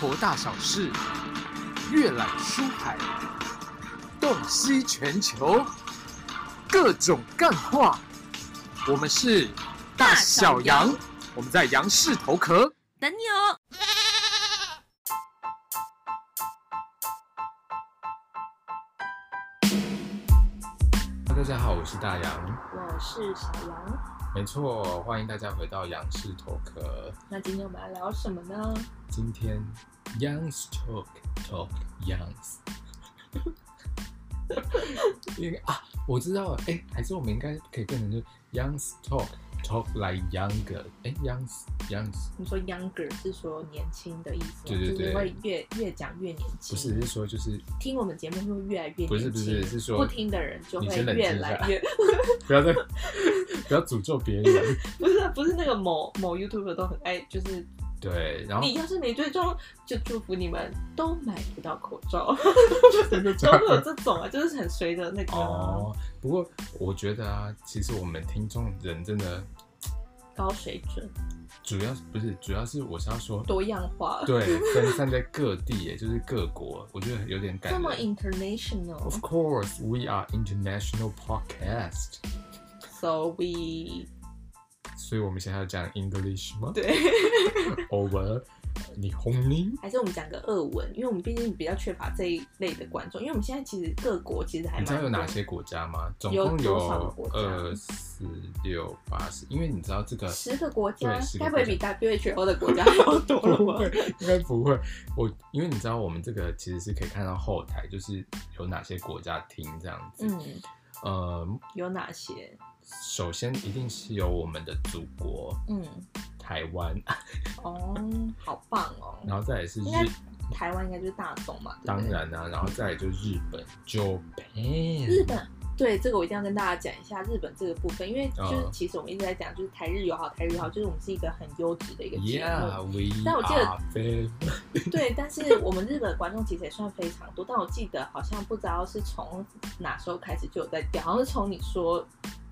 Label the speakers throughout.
Speaker 1: 活大小事，阅览书海，洞悉全球各种干话。我们是
Speaker 2: 大小羊，
Speaker 1: 我们在羊市头壳。
Speaker 2: 等你哦。
Speaker 3: 大家好，我是大洋。
Speaker 2: 我是小杨，
Speaker 3: 没错，欢迎大家回到杨氏 Talk。
Speaker 2: 那今天我们要聊什么呢？
Speaker 3: 今天 Young's Talk Talk Young's，因为啊，我知道了，哎、还是我们应该可以变成就是 Young's Talk Talk Like Younger，哎、y o u n g Young's
Speaker 2: 你说 younger 是说年轻的意思吗，
Speaker 3: 对对
Speaker 2: 就是
Speaker 3: 对
Speaker 2: 会越越讲越年轻。
Speaker 3: 不是是说就是
Speaker 2: 听我们节目会越来越年轻
Speaker 3: 不是不是是说
Speaker 2: 不听的人就会
Speaker 3: 你先冷静
Speaker 2: 越
Speaker 3: 一
Speaker 2: 来
Speaker 3: 下
Speaker 2: 越
Speaker 3: 不要再不要诅咒别人，
Speaker 2: 不是不是那个某某 YouTuber 都很爱，就是
Speaker 3: 对，然后
Speaker 2: 你要是没追踪，就祝福你们都买不到口罩，
Speaker 3: 真的假
Speaker 2: 都
Speaker 3: 的
Speaker 2: 会有这种啊，就是很随着那个
Speaker 3: 哦，不过我觉得啊，其实我们听众人真的
Speaker 2: 高水准、
Speaker 3: 主要不是主要是我是要说。
Speaker 2: 多样化，
Speaker 3: 对，分散在各地，也就是各国，我觉得有点感
Speaker 2: 这么
Speaker 3: 人。
Speaker 2: international，so
Speaker 3: Of course, we are international podcast，
Speaker 2: we
Speaker 3: 所以我们现在要讲 English 吗？
Speaker 2: 对。
Speaker 3: ，over 你红你
Speaker 2: 还是我们讲个俄文，因为我们毕竟比较缺乏这一类的观众，因为我们现在其实各国其实还
Speaker 3: 你
Speaker 2: 蛮
Speaker 3: 知道有哪些国家吗？总
Speaker 2: 有
Speaker 3: 共
Speaker 2: 多少个国家
Speaker 3: 二四六八十，因为你知道这个
Speaker 2: 十个国家
Speaker 3: 对十，个
Speaker 2: 该
Speaker 3: 国家
Speaker 2: 不会比 WHO 的国家还要多了
Speaker 3: 不
Speaker 2: 吧
Speaker 3: 会？， 应该不会。我因为你知道我们这个其实是可以看到后台，就是有哪些国家听这样子。
Speaker 2: 嗯，
Speaker 3: 呃，
Speaker 2: 有哪些？
Speaker 3: 首先一定是有我们的祖国
Speaker 2: 嗯，
Speaker 3: 台湾，
Speaker 2: 哦，好棒哦！
Speaker 3: 然后再也是日
Speaker 2: 应该台湾应该就是大众嘛，对不
Speaker 3: 当
Speaker 2: 对
Speaker 3: 然啦、啊然后再来就是日本，Japan，
Speaker 2: 日本。对这个我一定要跟大家讲一下日本这个部分，因为就是
Speaker 3: 嗯
Speaker 2: 其实我们一直在讲，就是台日友好，台日友好，就是我们是一个很优质的一个节目。
Speaker 3: ，Yeah，we
Speaker 2: 但我记得
Speaker 3: are very
Speaker 2: 对，但是我们日本观众其实也算非常多，但我记得好像不知道是从哪时候开始就有在掉，好像是从你说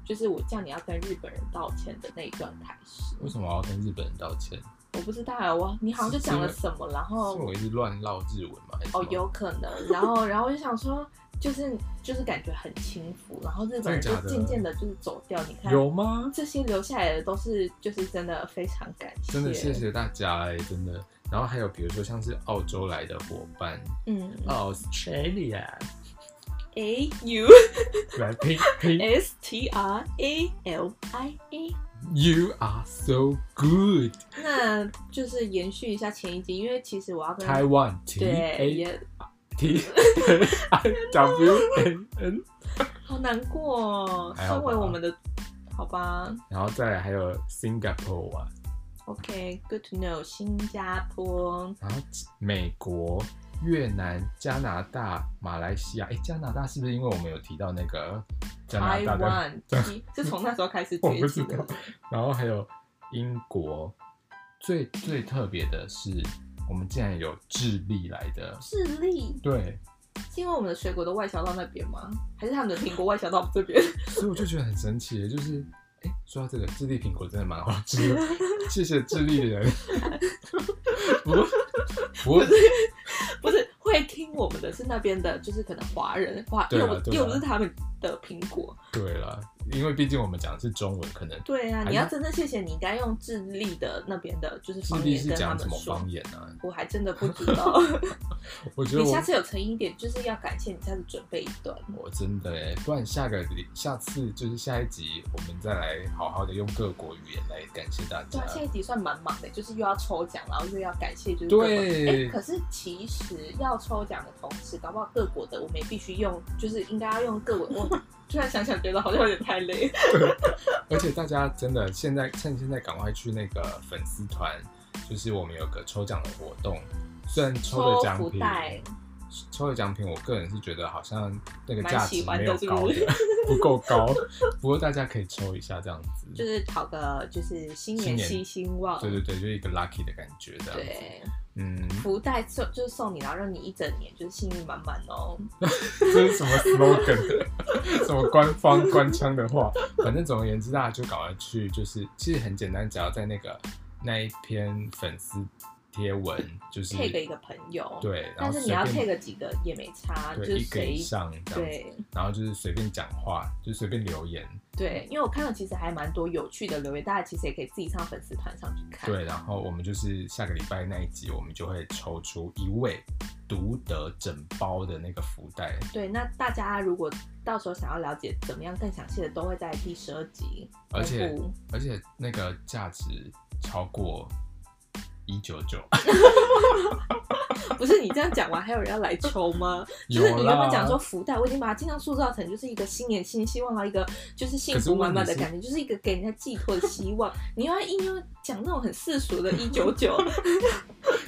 Speaker 2: 就是我叫你要跟日本人道歉的那一段开始。
Speaker 3: 为什么我要跟日本人道歉？
Speaker 2: 我不知道啊，我你好像就讲了什么，然后
Speaker 3: 是我一直乱唠日文吗？还是什
Speaker 2: 哦
Speaker 3: 么
Speaker 2: 有可能，然后然后我就想说，就是就是感觉很轻浮，然后日本
Speaker 3: 真
Speaker 2: 人就
Speaker 3: 的假的
Speaker 2: 渐渐的就是走掉，你看
Speaker 3: 有吗？
Speaker 2: 这些留下来的都是就是真的非常感谢，
Speaker 3: 真的谢，谢大家哎、真的。然后还有比如说像是澳洲来的伙伴
Speaker 2: 嗯
Speaker 3: 啊，Australia
Speaker 2: ，A U
Speaker 3: r p i
Speaker 2: S T R A L I E A。
Speaker 3: you are so good，
Speaker 2: 嗯 那就是延续一下前一集，因为其实我要跟
Speaker 3: 台湾 T
Speaker 2: 对
Speaker 3: A
Speaker 2: 也
Speaker 3: T I W A N。
Speaker 2: 好难过、哦，
Speaker 3: 还好
Speaker 2: 身
Speaker 3: 吧
Speaker 2: 为我们的好吧
Speaker 3: 然后再来还有 Singapore 啊，
Speaker 2: ，OK，good、to know，新加坡
Speaker 3: 然后美国、越南、加拿大、马来西亚，哎，加拿大是不是因为我们有提到那个加拿大的？
Speaker 2: ，Taiwan，是从那时候开始
Speaker 3: 我不
Speaker 2: 崛起
Speaker 3: 知
Speaker 2: 的
Speaker 3: 道， 然后还有英国，最最特别的是，我们竟然有智利来的，
Speaker 2: 智利
Speaker 3: 对，
Speaker 2: 是因为我们的水果都外销到那边吗？还是他们的苹果外销到我们这边？
Speaker 3: 所以我就觉得很神奇，就是。哎，说到这个，智利苹果真的蛮好吃的，谢谢智利人。不过，不过
Speaker 2: 不是会听我们的是那边的，就是可能华人华，
Speaker 3: 对
Speaker 2: 又
Speaker 3: 啊
Speaker 2: 不
Speaker 3: 对啊
Speaker 2: 又不是他们的苹果。
Speaker 3: 对了，因为毕竟我们讲的是中文，可能
Speaker 2: 对啊，
Speaker 3: 还
Speaker 2: 你要
Speaker 3: 是
Speaker 2: 真正谢谢，你应该用智利的那边的，就是
Speaker 3: 智
Speaker 2: 方
Speaker 3: 利
Speaker 2: 言
Speaker 3: 是
Speaker 2: 跟他
Speaker 3: 讲
Speaker 2: 们
Speaker 3: 什么
Speaker 2: 说。
Speaker 3: 方言啊？
Speaker 2: 我还真的不知 道。
Speaker 3: 我觉得
Speaker 2: 你
Speaker 3: 我
Speaker 2: 下次有诚意一点，就是要感谢你下次准备一段。
Speaker 3: 我真的哎，不然下个礼下次就是下一集，我们再来好好的用各国语言来感谢大
Speaker 2: 对
Speaker 3: 家
Speaker 2: 啊，。下一集算蛮忙的，就是又要抽奖，然后又要感谢，就是各国
Speaker 3: 对
Speaker 2: 诶可是其实要抽奖的同时，搞不好各国的我们也必须用，就是应该要用各国。我突然想想，觉得好像有点太累。
Speaker 3: 而且大家真的现在趁现在赶快去那个粉丝团，就是我们有个抽奖的活动，虽然抽的奖
Speaker 2: 福
Speaker 3: 品。
Speaker 2: 袋，
Speaker 3: 抽的奖品，我个人是觉得好像那个
Speaker 2: 蛮
Speaker 3: 价
Speaker 2: 喜
Speaker 3: 值
Speaker 2: 欢的
Speaker 3: 没有
Speaker 2: 是不
Speaker 3: 高的，
Speaker 2: 是
Speaker 3: 不够高。不过大家可以抽一下这样子，
Speaker 2: 就是讨个就是
Speaker 3: 新
Speaker 2: 新年
Speaker 3: 年
Speaker 2: 新兴旺。
Speaker 3: 对对对，就一个 lucky 的感觉这样子。
Speaker 2: 对
Speaker 3: 嗯，
Speaker 2: 福袋送就是送你，然后让你一整年就是幸运满满哦。
Speaker 3: 这是什么 slogan？什么 官方官腔的话？反正总而言之，大家就赶快去，就是其实很简单，只要在那个那一篇粉丝贴文，就是
Speaker 2: 配给一个朋友，，
Speaker 3: 对，然
Speaker 2: 但
Speaker 3: 后
Speaker 2: 是你要
Speaker 3: 随便
Speaker 2: take 几个也没差，就
Speaker 3: 对
Speaker 2: 是
Speaker 3: 一个
Speaker 2: 谁
Speaker 3: 以上这样子，
Speaker 2: 对
Speaker 3: 然后就是随便讲话，就随便留言，
Speaker 2: 对，因为我看到其实还蛮多有趣的留言，大家其实也可以自己上粉丝团上去看。
Speaker 3: 对，然后我们就是下个礼拜那一集，我们就会抽出一位独得整包的那个福袋，
Speaker 2: 对，那大家如果到时候想要了解怎么样更详细的，都会在第十二集
Speaker 3: 而且
Speaker 2: 公布
Speaker 3: 而且那个价值超过一九九，
Speaker 2: 啊不是你这样讲完，还有人要来抽吗？就
Speaker 3: 有
Speaker 2: 是你原
Speaker 3: 啦
Speaker 2: 本讲说福袋，我已经把它尽量塑造成就是一个新年新希望，然后啊一个就是幸
Speaker 3: 可是
Speaker 2: 福
Speaker 3: 问
Speaker 2: 满
Speaker 3: 题
Speaker 2: 满的
Speaker 3: 是
Speaker 2: 感觉，就是一个给人家寄托的希望。你又要硬要讲那种很世俗的“一九 九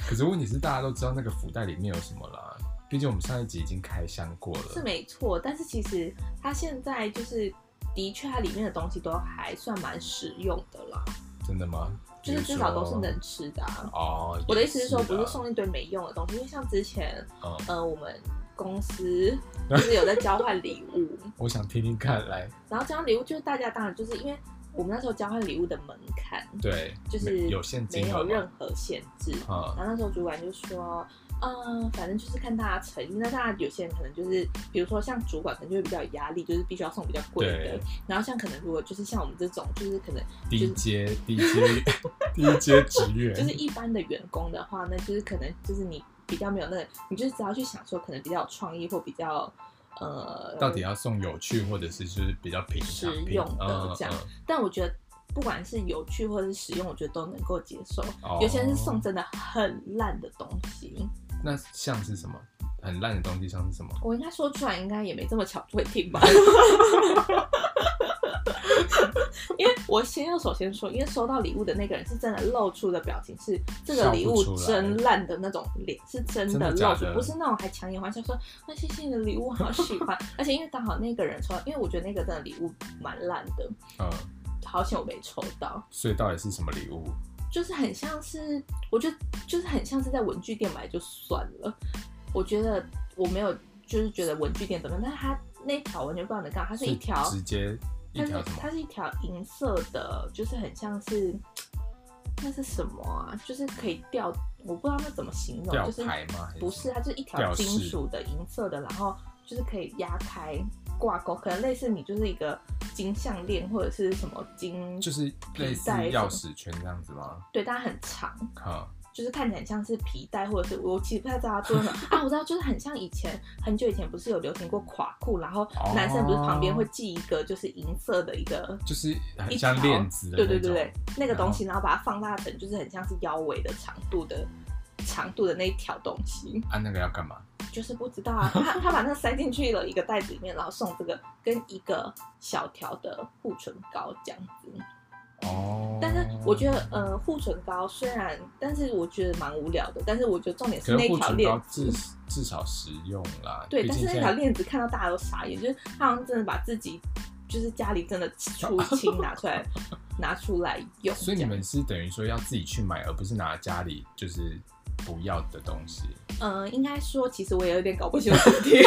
Speaker 3: 可是问题是大家都知道那个福袋里面有什么啦，毕竟我们上一集已经开箱过”
Speaker 2: 是
Speaker 3: 了，
Speaker 2: 没错，但是其实它现在就是的确它里面的东西都还算蛮实用的啦，
Speaker 3: 真的吗？
Speaker 2: 就是
Speaker 3: 比
Speaker 2: 至
Speaker 3: 如
Speaker 2: 少都是
Speaker 3: 说
Speaker 2: 能吃的、啊。
Speaker 3: 哦。
Speaker 2: 我的
Speaker 3: 也
Speaker 2: 意思是说，不
Speaker 3: 啦
Speaker 2: 是送一堆没用的东西，因为像之前，
Speaker 3: 嗯，
Speaker 2: 呃，我们 公司就是有在交换礼物，
Speaker 3: 我想听听看，来，
Speaker 2: 然后交换礼物就是大家当然就是因为我们那时候交换礼物的门槛
Speaker 3: 对，
Speaker 2: 就是
Speaker 3: 没有现金
Speaker 2: 没有任
Speaker 3: 何，
Speaker 2: 何限制。
Speaker 3: 嗯，
Speaker 2: 然后那时候主管就说，嗯，反正就是看大家诚意。那大家有些人可能就是，比如说像主管可能就会比较有压力，就是必须要送比较贵的
Speaker 3: 对。
Speaker 2: 然后像可能如果就是像我们这种，就是可能
Speaker 3: 低阶低 阶低阶职员，
Speaker 2: 就是一般的员工的话，那就是可能就是你比较没有那个，你就是只要去想说可能比较有创意或比较呃，
Speaker 3: 到底要送有趣，或者是就是比较平常
Speaker 2: 实
Speaker 3: 平
Speaker 2: 用的
Speaker 3: 嗯
Speaker 2: 这样
Speaker 3: 嗯
Speaker 2: 但我觉得不管是有趣或者是实用，我觉得都能够接受。
Speaker 3: 哦
Speaker 2: 有些人是送真的很烂的东西，
Speaker 3: 那像是什么很烂的东西，像是什么？
Speaker 2: 我应该说出来，应该也没这么巧就会听吧。 因为我先要首先说，因为收到礼物的那个人是真的露出的表情是这个礼物
Speaker 3: 笑不出来
Speaker 2: 真烂的那种脸，是真的
Speaker 3: 真的假
Speaker 2: 露出，
Speaker 3: 的
Speaker 2: 不是那种还强颜欢笑说那谢谢你的礼物，好喜欢。 而且因为刚好那个人抽，因为我觉得那个真的礼物蛮烂的，
Speaker 3: 嗯，
Speaker 2: 好险我没抽到。
Speaker 3: 所以到底是什么礼物？
Speaker 2: 就是很像是，我觉得就是很像是在文具店买就算了。我觉得我没有就是觉得文具店怎么样，但是它那条完全不知道能干嘛，它是一条，
Speaker 3: 直接一
Speaker 2: 它是
Speaker 3: 条什么？
Speaker 2: 它是一条银色的，就是很像是那是什么啊？就是可以吊，我不知道那怎么形容，
Speaker 3: 吊
Speaker 2: 就是
Speaker 3: 牌吗？还
Speaker 2: 不
Speaker 3: 什
Speaker 2: 是，
Speaker 3: 么
Speaker 2: 它就是一条
Speaker 3: 吊
Speaker 2: 金
Speaker 3: 饰
Speaker 2: 属的银色的，然后就是可以压开挂钩，可能类似你就是一个金项链或者是什么金，
Speaker 3: 就是类似
Speaker 2: 皮带什么
Speaker 3: 钥匙圈这样子吗？
Speaker 2: 对，但它很长。
Speaker 3: 哈、
Speaker 2: 就是看起来很像是皮带，或者是我其实不太知道它做什么啊，我知道就是很像以前很久以前不是有流行过垮裤，然后
Speaker 3: 哦
Speaker 2: 男生不是旁边会系一个就是银色的一个，
Speaker 3: 就是很
Speaker 2: 一
Speaker 3: 像
Speaker 2: 条
Speaker 3: 链子的
Speaker 2: 对对
Speaker 3: 那
Speaker 2: 对
Speaker 3: 种嗯
Speaker 2: 对，那个东西，然后把它放大成就是很像是腰围的长度的长度的那一条东西，
Speaker 3: 啊，那个要干嘛？
Speaker 2: 就是不知道啊，他他把那塞进去了一个袋子里面，然后送这个跟一个小条的护唇膏这样子，
Speaker 3: 哦，
Speaker 2: 但是我觉得，呃，护唇膏虽然，但是我觉得蛮无聊的。但是我觉得重点
Speaker 3: 可
Speaker 2: 那
Speaker 3: 是护
Speaker 2: 条
Speaker 3: 唇
Speaker 2: 链
Speaker 3: 膏，至至少实用啦。
Speaker 2: 对，
Speaker 3: 毕
Speaker 2: 但
Speaker 3: 竟
Speaker 2: 是那
Speaker 3: 现
Speaker 2: 条
Speaker 3: 在
Speaker 2: 链子看到大家都傻眼，就是他好像真的把自己就是家里真的 出清拿出来拿出来用。
Speaker 3: 所以你
Speaker 2: 这样
Speaker 3: 们是等于说要自己去买，而不是拿家里就是不要的东西。
Speaker 2: 呃，应该说，其实我也有点搞不清楚主题，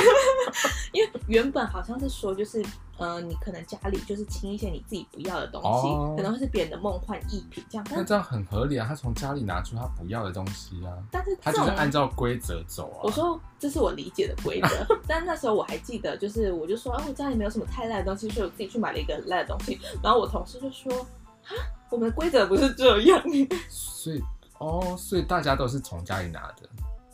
Speaker 2: 因为原本好像是说，就是呃，你可能家里就是清一些你自己不要的东西，
Speaker 3: 哦
Speaker 2: 可能会是别人的梦幻逸品这样。
Speaker 3: 那
Speaker 2: 但
Speaker 3: 这样很合理啊，他从家里拿出他不要的东西啊，
Speaker 2: 但是
Speaker 3: 他
Speaker 2: 这
Speaker 3: 就
Speaker 2: 种
Speaker 3: 是按照规则走啊。
Speaker 2: 我说这是我理解的规 则，但那时候我还记得，就是我就说，啊，我家里没有什么太烂的东西，所以我自己去买了一个很烂的东西。然后我同事就说，啊，我们的规则不是这样，
Speaker 3: 所以哦，所以大家都是从家里拿的，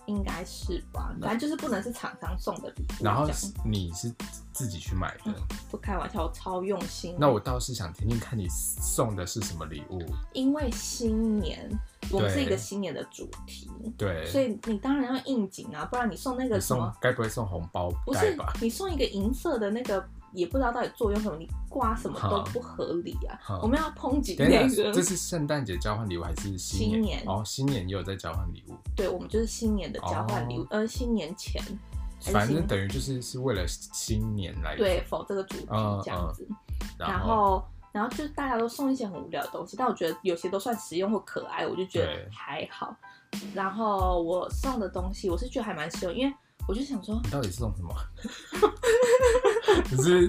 Speaker 2: 应该是吧？反正就是不能是厂商送的礼物，
Speaker 3: 然后
Speaker 2: 这样
Speaker 3: 是你是自己去买的。
Speaker 2: 不开玩笑，我超用心。
Speaker 3: 那我倒是想听听看你送的是什么礼物。
Speaker 2: 因为新年，我们
Speaker 3: 对
Speaker 2: 是一个新年的主题，
Speaker 3: 对，
Speaker 2: 所以你当然要应景啊，不然你送那
Speaker 3: 你
Speaker 2: 个什
Speaker 3: 送
Speaker 2: 么，
Speaker 3: 该不会送红包
Speaker 2: 不
Speaker 3: 袋
Speaker 2: 是
Speaker 3: 吧？
Speaker 2: 你送一个银色的那个。也不知道到底作用什么，你挂什么都
Speaker 3: 好
Speaker 2: 不合理啊！
Speaker 3: 好
Speaker 2: 我们要抨击
Speaker 3: 嗯等
Speaker 2: 那
Speaker 3: 一
Speaker 2: 个。
Speaker 3: 下，这是圣诞节交换礼物还是新
Speaker 2: 新年
Speaker 3: 哦，新年也有在交换礼物，
Speaker 2: 对，我们就是新年的交换礼物，
Speaker 3: 哦
Speaker 2: 呃，新年前还是
Speaker 3: 反正
Speaker 2: 新
Speaker 3: 等于就是是为了新年来
Speaker 2: 对否这个主题
Speaker 3: 嗯
Speaker 2: 这样子，然
Speaker 3: 然
Speaker 2: 后然后就是大家都送一些很无聊的东西，但我觉得有些都算实用或可爱，我就觉
Speaker 3: 对
Speaker 2: 得还好。然后我送的东西，我是觉得还蛮实用，因为我就想说，
Speaker 3: 你到底是送什么？可是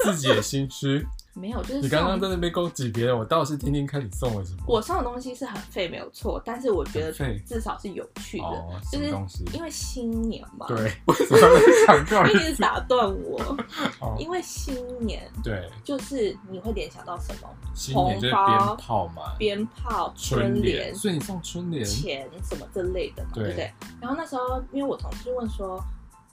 Speaker 3: 自己也心虚，
Speaker 2: 没有， 就是
Speaker 3: 你刚
Speaker 2: 上
Speaker 3: 刚在那边攻击别人，我倒是听听看你送我什么。
Speaker 2: 我上的东西是很废，没有错，但是我觉得
Speaker 3: 很废
Speaker 2: 至少是有趣的，
Speaker 3: 哦，什
Speaker 2: 就
Speaker 3: 么
Speaker 2: 是
Speaker 3: 东西？
Speaker 2: 因为新年嘛。
Speaker 3: 对，为什么会强调
Speaker 2: 一直打断我，
Speaker 3: 哦
Speaker 2: 因为新年
Speaker 3: 对，
Speaker 2: 就是你会联想到什么？
Speaker 3: 新年就是
Speaker 2: 红包
Speaker 3: 鞭炮嘛，
Speaker 2: 鞭炮、
Speaker 3: 春
Speaker 2: 联、
Speaker 3: 所以你送春联，
Speaker 2: 钱什么这类的嘛，
Speaker 3: 对
Speaker 2: 对不对？然后那时候，因为我同事就问说，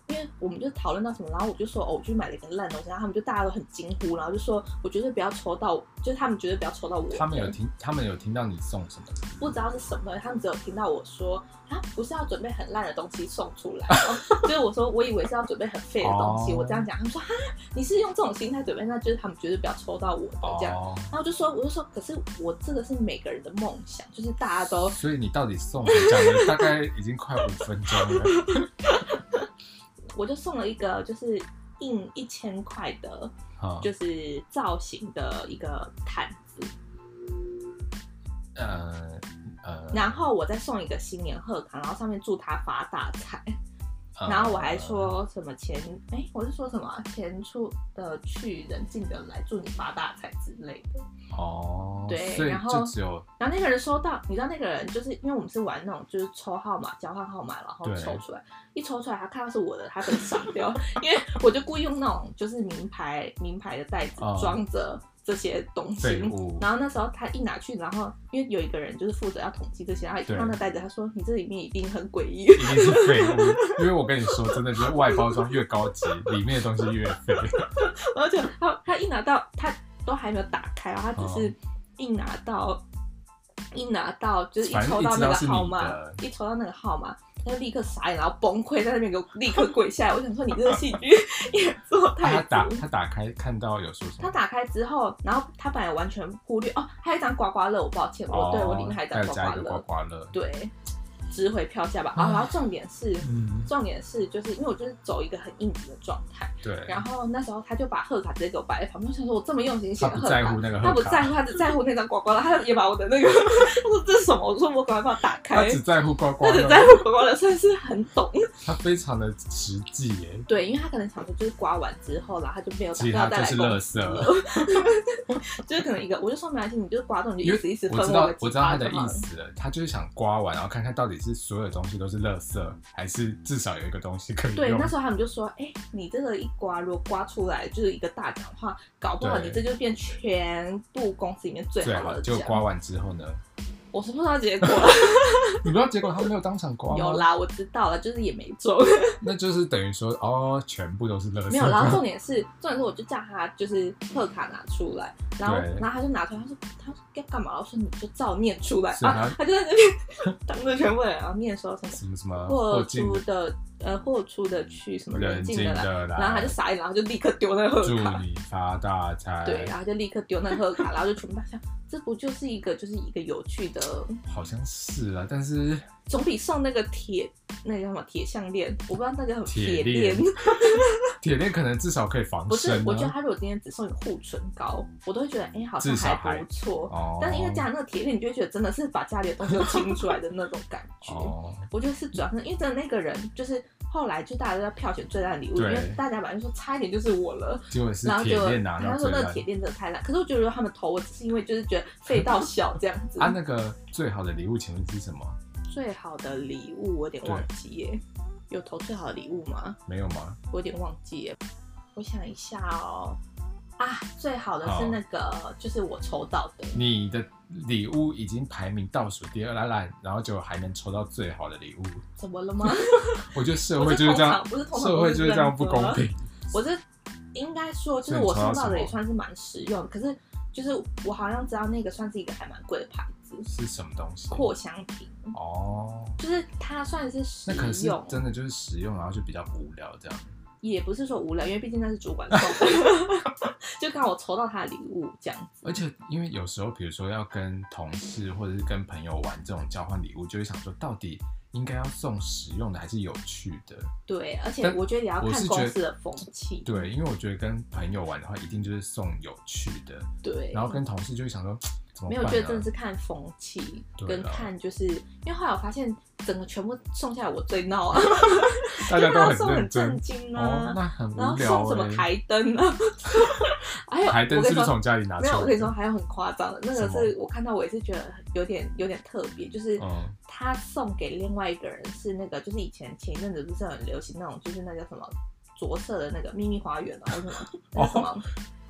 Speaker 2: 因为我们就讨论到什么，然后我就说，哦，我去买了一个烂东西，然后他们就大家都很惊呼，然后就说，我绝对不要抽到，就是他们绝对不要抽到我。
Speaker 3: 他们有听，他们有听到你送什么？
Speaker 2: 不知道是什么，他们只有听到我说啊，不是要准备很烂的东 西送出来哦，所以我说我以为是要准备很废的东西，
Speaker 3: 哦
Speaker 2: 我这样讲，他们说啊，你是用这种心态准备，那就是他们绝对不要抽到我的这样。
Speaker 3: 哦，
Speaker 2: 然后我就说，我就说，可是我这个是每个人的梦想，就是大家都
Speaker 3: 哦所以你到底送我讲了大概已经快五分钟了，
Speaker 2: 我就送了一个就是印一千块的，
Speaker 3: 啊，
Speaker 2: 就是造型的一个毯子，
Speaker 3: 呃呃，
Speaker 2: 然后我再送一个新年贺卡，然后上面祝他发大财，
Speaker 3: 呃
Speaker 2: 然后我还说什么前哎、我是说什么前出的去人进的来，祝你发大财之类的。
Speaker 3: 哦，
Speaker 2: 对
Speaker 3: 所以
Speaker 2: 然后
Speaker 3: 就只有
Speaker 2: 然后那个人收到，你知道那个人就是因为我们是玩那种就是抽号码、交换号码，然后
Speaker 3: 对
Speaker 2: 抽出来，一抽出来他看到是我的，他很傻 掉，因为我就故意用那种就是名牌名牌的袋子
Speaker 3: 哦
Speaker 2: 装着这些东西
Speaker 3: 废物，
Speaker 2: 然后那时候他一拿去，然后因为有一个人就是负责要统计这些，然后一看到
Speaker 3: 对
Speaker 2: 那袋子，他说你这里面一定很诡异，
Speaker 3: 一定是废物，因为我跟你说，真的就是外包装越高级，里面的东西越废。
Speaker 2: 而且他他一拿到，他都还没有打开，然后他只是
Speaker 3: 哦
Speaker 2: 一拿到、一拿到就是一抽到那个号
Speaker 3: 反
Speaker 2: 码
Speaker 3: 正一知道是你，
Speaker 2: 一抽到那个号码，他就立刻傻眼，然后崩溃在那边给我立刻跪下来。我想说你这个戏 剧也做太
Speaker 3: 他
Speaker 2: 足。
Speaker 3: 打他打开看到有说什
Speaker 2: 他
Speaker 3: 么？
Speaker 2: 打开之后，然后他本来完全忽略哦，还有一张刮刮乐，我抱歉，我对我里面还有一张
Speaker 3: 再
Speaker 2: 刮
Speaker 3: 哦加一
Speaker 2: 刮
Speaker 3: 个刮
Speaker 2: 乐，
Speaker 3: 刮乐，
Speaker 2: 对，值回票价吧。啊，然后重点是，
Speaker 3: 嗯，
Speaker 2: 重点是就是因为我就是走一个很应急的状态。
Speaker 3: 对，
Speaker 2: 然后那时候他就把贺卡直接给我摆在旁边，我想说我这么用心写
Speaker 3: 他
Speaker 2: 的
Speaker 3: 不
Speaker 2: 贺
Speaker 3: 在
Speaker 2: 卡
Speaker 3: 乎，那个
Speaker 2: 他不
Speaker 3: 贺
Speaker 2: 在
Speaker 3: 卡，
Speaker 2: 乎，他只在乎那张刮刮乐，他也把我的那个，他说这是什么？我说我赶快把它打
Speaker 3: 他
Speaker 2: 开。
Speaker 3: 只在乎刮刮
Speaker 2: 他只
Speaker 3: 乐，
Speaker 2: 在乎刮刮乐，算是很懂。
Speaker 3: 他非常的实际耶。
Speaker 2: 对，因为他可能想说，就是刮完之后，然后他就没有打
Speaker 3: 其实他
Speaker 2: 算再
Speaker 3: 就
Speaker 2: 来
Speaker 3: 是
Speaker 2: 公
Speaker 3: 垃
Speaker 2: 司
Speaker 3: 圾
Speaker 2: 了。就是可能一个，我就说没关系，你就是刮中，你
Speaker 3: 因
Speaker 2: 就
Speaker 3: 为
Speaker 2: 一时一时分
Speaker 3: 我知
Speaker 2: 我
Speaker 3: 道
Speaker 2: 个
Speaker 3: 我
Speaker 2: 几
Speaker 3: 知道他
Speaker 2: 把
Speaker 3: 的
Speaker 2: 就好
Speaker 3: 意
Speaker 2: 了。
Speaker 3: 思了，他就是想刮完，然后看看到底是所有的东西都是垃圾，还是至少有一个东西可以
Speaker 2: 对，
Speaker 3: 用
Speaker 2: 那。时候他们就说，哎、你这个一刮，如果刮出来就是一个大奖的话，搞不好
Speaker 3: 对
Speaker 2: 你这就变全部公司里面最
Speaker 3: 最
Speaker 2: 好
Speaker 3: 好
Speaker 2: 的
Speaker 3: 结
Speaker 2: 奖
Speaker 3: 果。刮完之后呢，
Speaker 2: 我是不知道结果，
Speaker 3: 你不知道结果他没有当场刮吗
Speaker 2: 有，啦，我知道了，就是也没中。
Speaker 3: 那就是等于说哦，全部都是垃圾。
Speaker 2: 没有，然后重点是，重点是我就叫他就是贺卡拿出来，然后
Speaker 3: 对
Speaker 2: 然后他就拿出来，他说他说要干嘛？我说你就照念出来
Speaker 3: 所以他
Speaker 2: 啊，他就在那边 当着全部人然后念说什么
Speaker 3: 什么什么
Speaker 2: 豁
Speaker 3: 进
Speaker 2: 啊出的呃豁出的去什么人
Speaker 3: 啊人
Speaker 2: 进
Speaker 3: 进
Speaker 2: 的来，
Speaker 3: 的来，
Speaker 2: 然后他就傻眼，然后就立刻丢那个贺
Speaker 3: 祝
Speaker 2: 卡，
Speaker 3: 你发大财。
Speaker 2: 对，啊然后就立刻丢那个贺卡，然后就全部大笑，这不就是一个就是一个有趣的，
Speaker 3: 好像是啊，但是
Speaker 2: 总比送那个铁那个叫什么铁项链，我不知道那叫什么
Speaker 3: 铁
Speaker 2: 链
Speaker 3: 链。铁链可能至少可以防
Speaker 2: 不是
Speaker 3: 身，
Speaker 2: 我觉得
Speaker 3: 啊。
Speaker 2: 他如果今天只送你护唇膏，我都会觉得，哎、好像
Speaker 3: 至少
Speaker 2: 还不错。
Speaker 3: 哦，
Speaker 2: 但是因为家里那个铁链，你就会觉得真的是把家里的东西都清出来的那种感 觉。
Speaker 3: 哦，
Speaker 2: 我觉得是主要是因为真的那个人，就是后来就大家都在票选最烂的礼物，因
Speaker 3: 对
Speaker 2: 为大家本来就说差一点就是我了，
Speaker 3: 结果是
Speaker 2: 然后
Speaker 3: 铁
Speaker 2: 就
Speaker 3: 链拿
Speaker 2: 他
Speaker 3: 到
Speaker 2: 说
Speaker 3: 最
Speaker 2: 那
Speaker 3: 烂
Speaker 2: 个铁链真的太烂。可是我觉得如果他们投我，只是因为就是觉得废到小这样子。
Speaker 3: 啊。那个最好的礼物，请问是什么？
Speaker 2: 最好的礼物我有点忘记耶，有投最好的礼物吗？
Speaker 3: 没有吗？
Speaker 2: 我有点忘记耶，我想一下哦。啊，最好的是那个，就是我抽到的，
Speaker 3: 你的礼物已经排名倒数第二烂烂，然后就还能抽到最好的礼物，
Speaker 2: 怎么了 吗？
Speaker 3: 我觉得社会就是这样，
Speaker 2: 不是通常不是通常
Speaker 3: 社会就是这样不公
Speaker 2: 都是
Speaker 3: 平。
Speaker 2: 我这应该说，就是我抽到的也算是蛮实用的，可是就是我好像知道那个算是一个还蛮贵的牌子，
Speaker 3: 是什么东西？
Speaker 2: 扩香瓶，
Speaker 3: 哦，
Speaker 2: 就是它算是
Speaker 3: 那可能
Speaker 2: 实
Speaker 3: 是
Speaker 2: 用，
Speaker 3: 真的就是实用，然后就比较无聊这样。
Speaker 2: 也不是说无聊，因为毕竟那是主管送的， 就刚好我抽到他的礼物这样子。
Speaker 3: 而且因为有时候，比如说要跟同事或者是跟朋友玩这种交换礼物，就会想说到底应该要送实用的还是有趣的？
Speaker 2: 对，而且
Speaker 3: 但
Speaker 2: 我觉得也要
Speaker 3: 我
Speaker 2: 看
Speaker 3: 是
Speaker 2: 公
Speaker 3: 觉
Speaker 2: 司
Speaker 3: 得
Speaker 2: 的风气。
Speaker 3: 对，因为我觉得跟朋友玩的话，一定就是送有趣的，
Speaker 2: 对，
Speaker 3: 然后跟同事就会想说。怎么
Speaker 2: 没
Speaker 3: 办、
Speaker 2: 有，
Speaker 3: 啊？
Speaker 2: 觉得真的是看风气
Speaker 3: 对
Speaker 2: 跟
Speaker 3: 啊
Speaker 2: 看，就是因为后来我发现整个全部送下来我最闹啊，
Speaker 3: 大家都
Speaker 2: 因为他啊送
Speaker 3: 很
Speaker 2: 很
Speaker 3: 认真
Speaker 2: 震惊
Speaker 3: 哦
Speaker 2: 啊，，
Speaker 3: 那很
Speaker 2: 然后
Speaker 3: 无聊
Speaker 2: 送什么
Speaker 3: 欸
Speaker 2: 台灯啊， 还有
Speaker 3: 台灯
Speaker 2: 我跟
Speaker 3: 是
Speaker 2: 你
Speaker 3: 不
Speaker 2: 说
Speaker 3: 是从家里拿出
Speaker 2: 没
Speaker 3: 来
Speaker 2: 有，
Speaker 3: 的？
Speaker 2: 我跟你说还有很夸张的，那个
Speaker 3: 什
Speaker 2: 是我看到我也是觉得有点有点特别，就是
Speaker 3: 嗯
Speaker 2: 他送给另外一个人是那个，就是以前前一阵子不是很流行那种，就是那叫什么着色的那个秘密花园啊，或者什 么那叫什么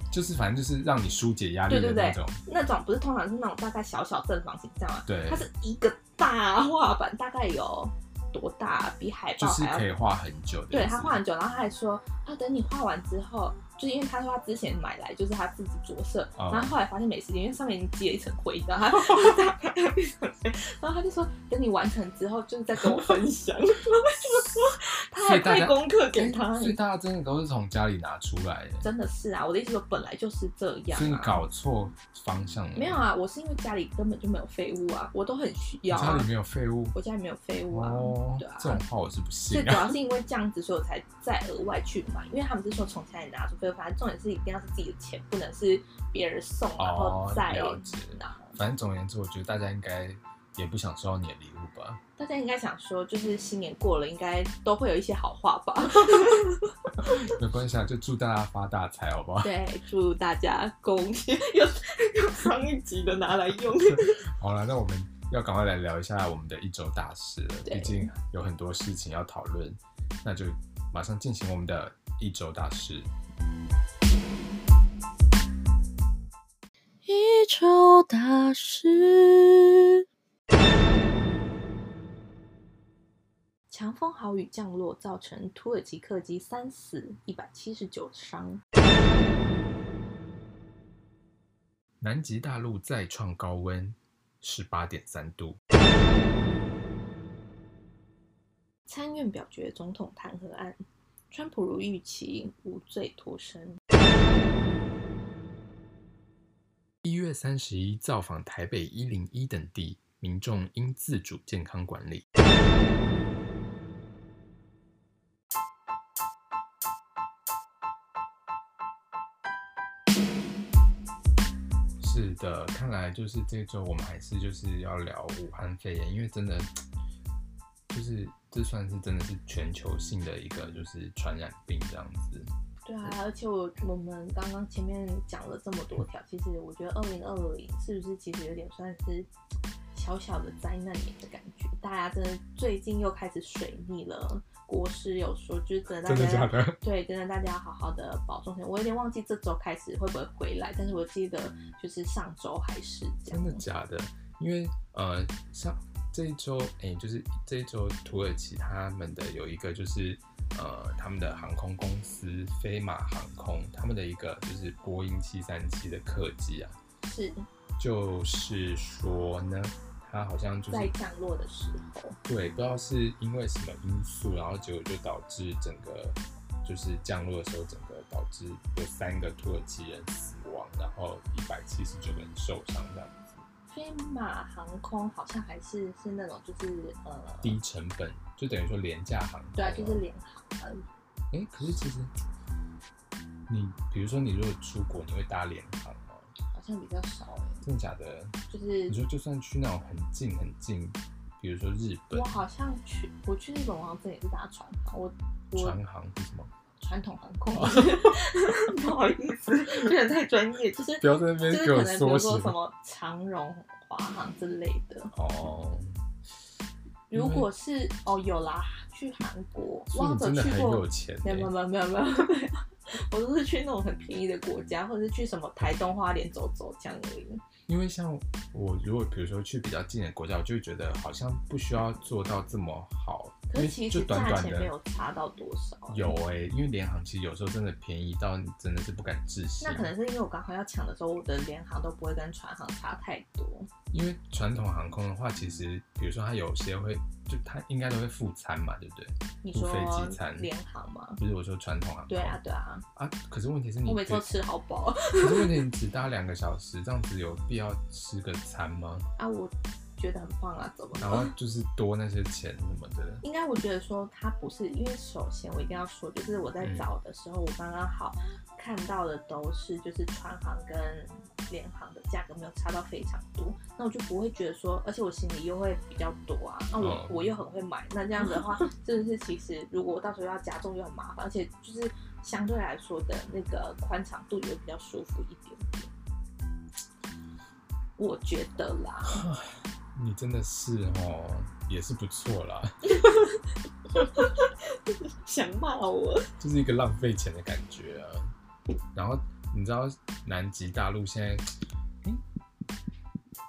Speaker 3: 就是反正就是让你疏解压力的
Speaker 2: 对对
Speaker 3: 那
Speaker 2: 对
Speaker 3: 种，
Speaker 2: 那种不是通常是那种大概小小正方形这样啊，
Speaker 3: 对
Speaker 2: 它是一个大画板，大概有多大？比海报
Speaker 3: 就是
Speaker 2: 哦还要
Speaker 3: 可以画很久的意思。
Speaker 2: 对他画很久，然后他还说啊，等你画完之后，就是因为他说他之前买来就是他自己着色，
Speaker 3: 哦
Speaker 2: 然后后来发现没时间，因为上面已经积了一层灰，然后他 大概一层灰，然后他就说等你完成之后，就是再跟我分享。 然后就说他
Speaker 3: 所
Speaker 2: 还
Speaker 3: 以大
Speaker 2: 派
Speaker 3: 家
Speaker 2: 功课给他
Speaker 3: 欸，所以大家真的都是从家里拿出来耶，
Speaker 2: 真的是啊，我的意思说本来就是这样、
Speaker 3: 所以你
Speaker 2: 啊。
Speaker 3: 搞错方向了。
Speaker 2: 没有，啊，我是因为家里根本就没有废物啊，我都很需要
Speaker 3: 家
Speaker 2: 啊
Speaker 3: 里，没有废物。
Speaker 2: 我家里没有废物啊，
Speaker 3: 哦
Speaker 2: 对啊，
Speaker 3: 这种话我是不
Speaker 2: 所以
Speaker 3: 信
Speaker 2: 主
Speaker 3: 啊。
Speaker 2: 要是因为这样子，所以我才再额外去买，因为他们是说从家里拿出，所以反正重点是一定要是自己的钱，不能是别人送然后
Speaker 3: 哦
Speaker 2: 再
Speaker 3: 了解
Speaker 2: 拿。
Speaker 3: 反正总而言之，我觉得大家应该也不想收到你的礼物吧？
Speaker 2: 大家应该想说，就是新年过了，应该都会有一些好话 吧？
Speaker 3: 没关系啊，就祝大家发大财，好不 好？
Speaker 2: 对，祝大家恭喜，又又上一集的拿来用。
Speaker 3: 好了，那我们要赶快来聊一下我们的一周大事了，
Speaker 2: 对
Speaker 3: 毕竟有很多事情要讨论，那就马上进行我们的一周大事。
Speaker 2: 一周大事。强风豪雨降落，造成土耳其客机三死一百七十九伤。
Speaker 3: 南极大陆再创高温，十八点三度。
Speaker 2: 参院表决总统弹劾案，川普如预期无罪脱身。
Speaker 3: 一月三十一造访台北一零一等地，民众应自主健康管理。是的，看来就是这周我们还是就是要聊武汉肺炎，因为真的就是这算是真的是全球性的一个就是传染病这样子。
Speaker 2: 对啊，而且我我们刚刚前面讲了这么多条，其实我觉得二零二零是不是其实有点算是小小的灾难年的感觉？大家真的最近又开始水逆了。国师有说，就是真的大
Speaker 3: 真
Speaker 2: 家
Speaker 3: 的假的？
Speaker 2: 对，真的大家好好的保重身体。我有点忘记这周开始会不会回来，但是我记得就是上周还是这样。
Speaker 3: 真的假的？因为呃，像这一周，哎、就是这一周土耳其他们的有一个就是呃，他们的航空公司飞马航空，他们的一个就是波音七三七的客机啊，
Speaker 2: 是
Speaker 3: 就是说呢，它好像就是
Speaker 2: 在降落的时候，
Speaker 3: 对，不知道是因为什么因素，然后结果就导致整个就是降落的时候，整个导致有三个土耳其人死亡，然后一百七十九个人受伤这样子。
Speaker 2: 飞马航空好像还是是那种就是呃，
Speaker 3: 低成本，就等于说廉价航空。
Speaker 2: 对啊，就是。联航而已。
Speaker 3: 哎、可是其实你，比如说你如果出国，你会搭联航吗？
Speaker 2: 好像比较少哎、
Speaker 3: 真的假的？
Speaker 2: 就是
Speaker 3: 你说就算去那种很近很近，比如说日本
Speaker 2: 我好像去我去日本，我好像也是搭船航，我我
Speaker 3: 船哦航是什么？
Speaker 2: 传统航空， 不好意思，有点太专业，就是
Speaker 3: 不要在那
Speaker 2: 就
Speaker 3: 边
Speaker 2: 是
Speaker 3: 给
Speaker 2: 可
Speaker 3: 我
Speaker 2: 能比如
Speaker 3: 缩
Speaker 2: 说
Speaker 3: 写
Speaker 2: 什么长荣、华航之类的。
Speaker 3: 哦。因为
Speaker 2: 如果是哦，有啦，去韩国，
Speaker 3: 所以
Speaker 2: 我
Speaker 3: 你真的
Speaker 2: 去
Speaker 3: 很
Speaker 2: 过
Speaker 3: 有，钱、
Speaker 2: 没
Speaker 3: 欸。
Speaker 2: 有没有没有没有没有， 我都是去那种很便宜的国家，或者是去什么台东花莲走走这样而已。
Speaker 3: 因为像我如果比如说去比较近的国家，我就会觉得好像不需要做到这么好，
Speaker 2: 可
Speaker 3: 因
Speaker 2: 是
Speaker 3: 为
Speaker 2: 其
Speaker 3: 就
Speaker 2: 实
Speaker 3: 短
Speaker 2: 价
Speaker 3: 短
Speaker 2: 钱
Speaker 3: 的
Speaker 2: 没有差到多少。
Speaker 3: 有。哎、因为联航其实有时候真的便宜到你真的是不敢置信。
Speaker 2: 那可能是因为我刚好要抢的时候，我的联航都不会跟船航差太多。
Speaker 3: 因为传统航空的话，其实比如说它有些会，就它应该都会附餐嘛，对不对？
Speaker 2: 你
Speaker 3: 付
Speaker 2: 说
Speaker 3: 飞机餐
Speaker 2: 联航吗？
Speaker 3: 不是我说传统航空，
Speaker 2: 对啊，对啊，
Speaker 3: 啊可是问题是你
Speaker 2: 我每次都
Speaker 3: 只，
Speaker 2: 吃好饱
Speaker 3: 可是问题你只搭两个小时，这样子有必要吃个餐吗？
Speaker 2: 啊！我觉得很棒啊，怎么
Speaker 3: 然后
Speaker 2: 了？
Speaker 3: 就是多那些钱什么的，
Speaker 2: 应该我觉得说他不是，因为首先我一定要说，就是我在
Speaker 3: 嗯
Speaker 2: 找的时候，我刚刚好看到的都是就是船行跟联行的价格没有差到非常多，那我就不会觉得说，而且我心里又会比较多啊，那我、
Speaker 3: 哦
Speaker 2: 我又很会买，那这样子的 话，真的是其实如果我到时候要加重就很麻烦，而且就是相对来说的那个宽敞度也会比较舒服一点点，我觉得啦。
Speaker 3: 你真的是哦，也是不错啦，
Speaker 2: 想骂我。
Speaker 3: 就是一个浪费钱的感觉啊。然后你知道南极大陆现在，诶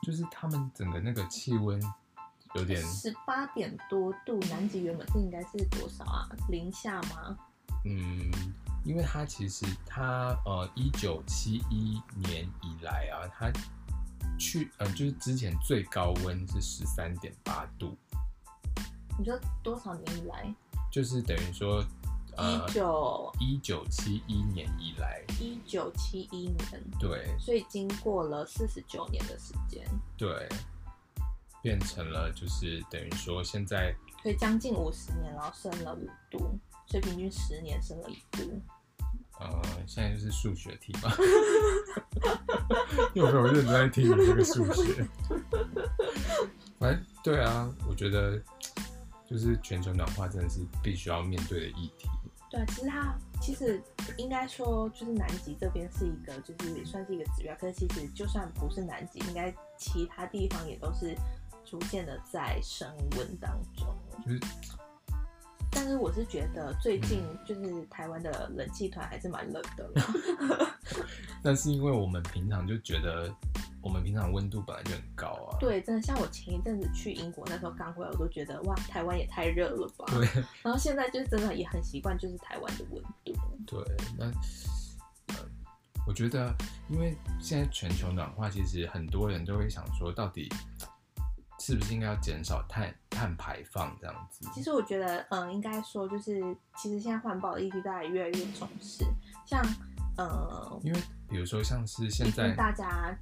Speaker 3: 就是他们整个那个气温有点
Speaker 2: 十八点多度，南极原本是应该是多少啊？零下吗？
Speaker 3: 嗯，因为它其实它呃，一九七一年以来啊，它去呃就是之前最高温是十三点八度，
Speaker 2: 你说多少年以来？
Speaker 3: 就是等于说呃
Speaker 2: 一九
Speaker 3: 一九七一年以来，
Speaker 2: 一九七一年，
Speaker 3: 对
Speaker 2: 所以经过了四十九年的时间，
Speaker 3: 对，变成了就是等于说现在
Speaker 2: 所以将近五十年，然后升了五度，所以平均十年升了一度。
Speaker 3: 呃现在就是数学题嘛， 有没有认真在听你这个数学？反正对啊，我觉得就是全球暖化真的是必须要面对的议题。
Speaker 2: 对啊，其实它其实应该说，就是南极这边是一个，就是算是一个指标。可是其实就算不是南极，应该其他地方也都是逐渐的在升温当中。
Speaker 3: 就是嗯
Speaker 2: 但是我是觉得最近就是台湾的冷气团还是蛮冷的啦。
Speaker 3: 但是因为我们平常就觉得我们平常温度本来就很高啊，
Speaker 2: 对，真的像我前一阵子去英国那时候刚回来，我都觉得哇，台湾也太热了吧。
Speaker 3: 对
Speaker 2: 然后现在就真的也很习惯，就是台湾的温度。
Speaker 3: 对，那、呃、我觉得，因为现在全球暖化，其实很多人都会想说，到底是不是应该要减少碳碳排放这样子？
Speaker 2: 其实我觉得，嗯，应该说就是，其实现在环保的议题大家也越来越重视，像呃，
Speaker 3: 因为比如说像是现
Speaker 2: 提
Speaker 3: 在
Speaker 2: 醒大家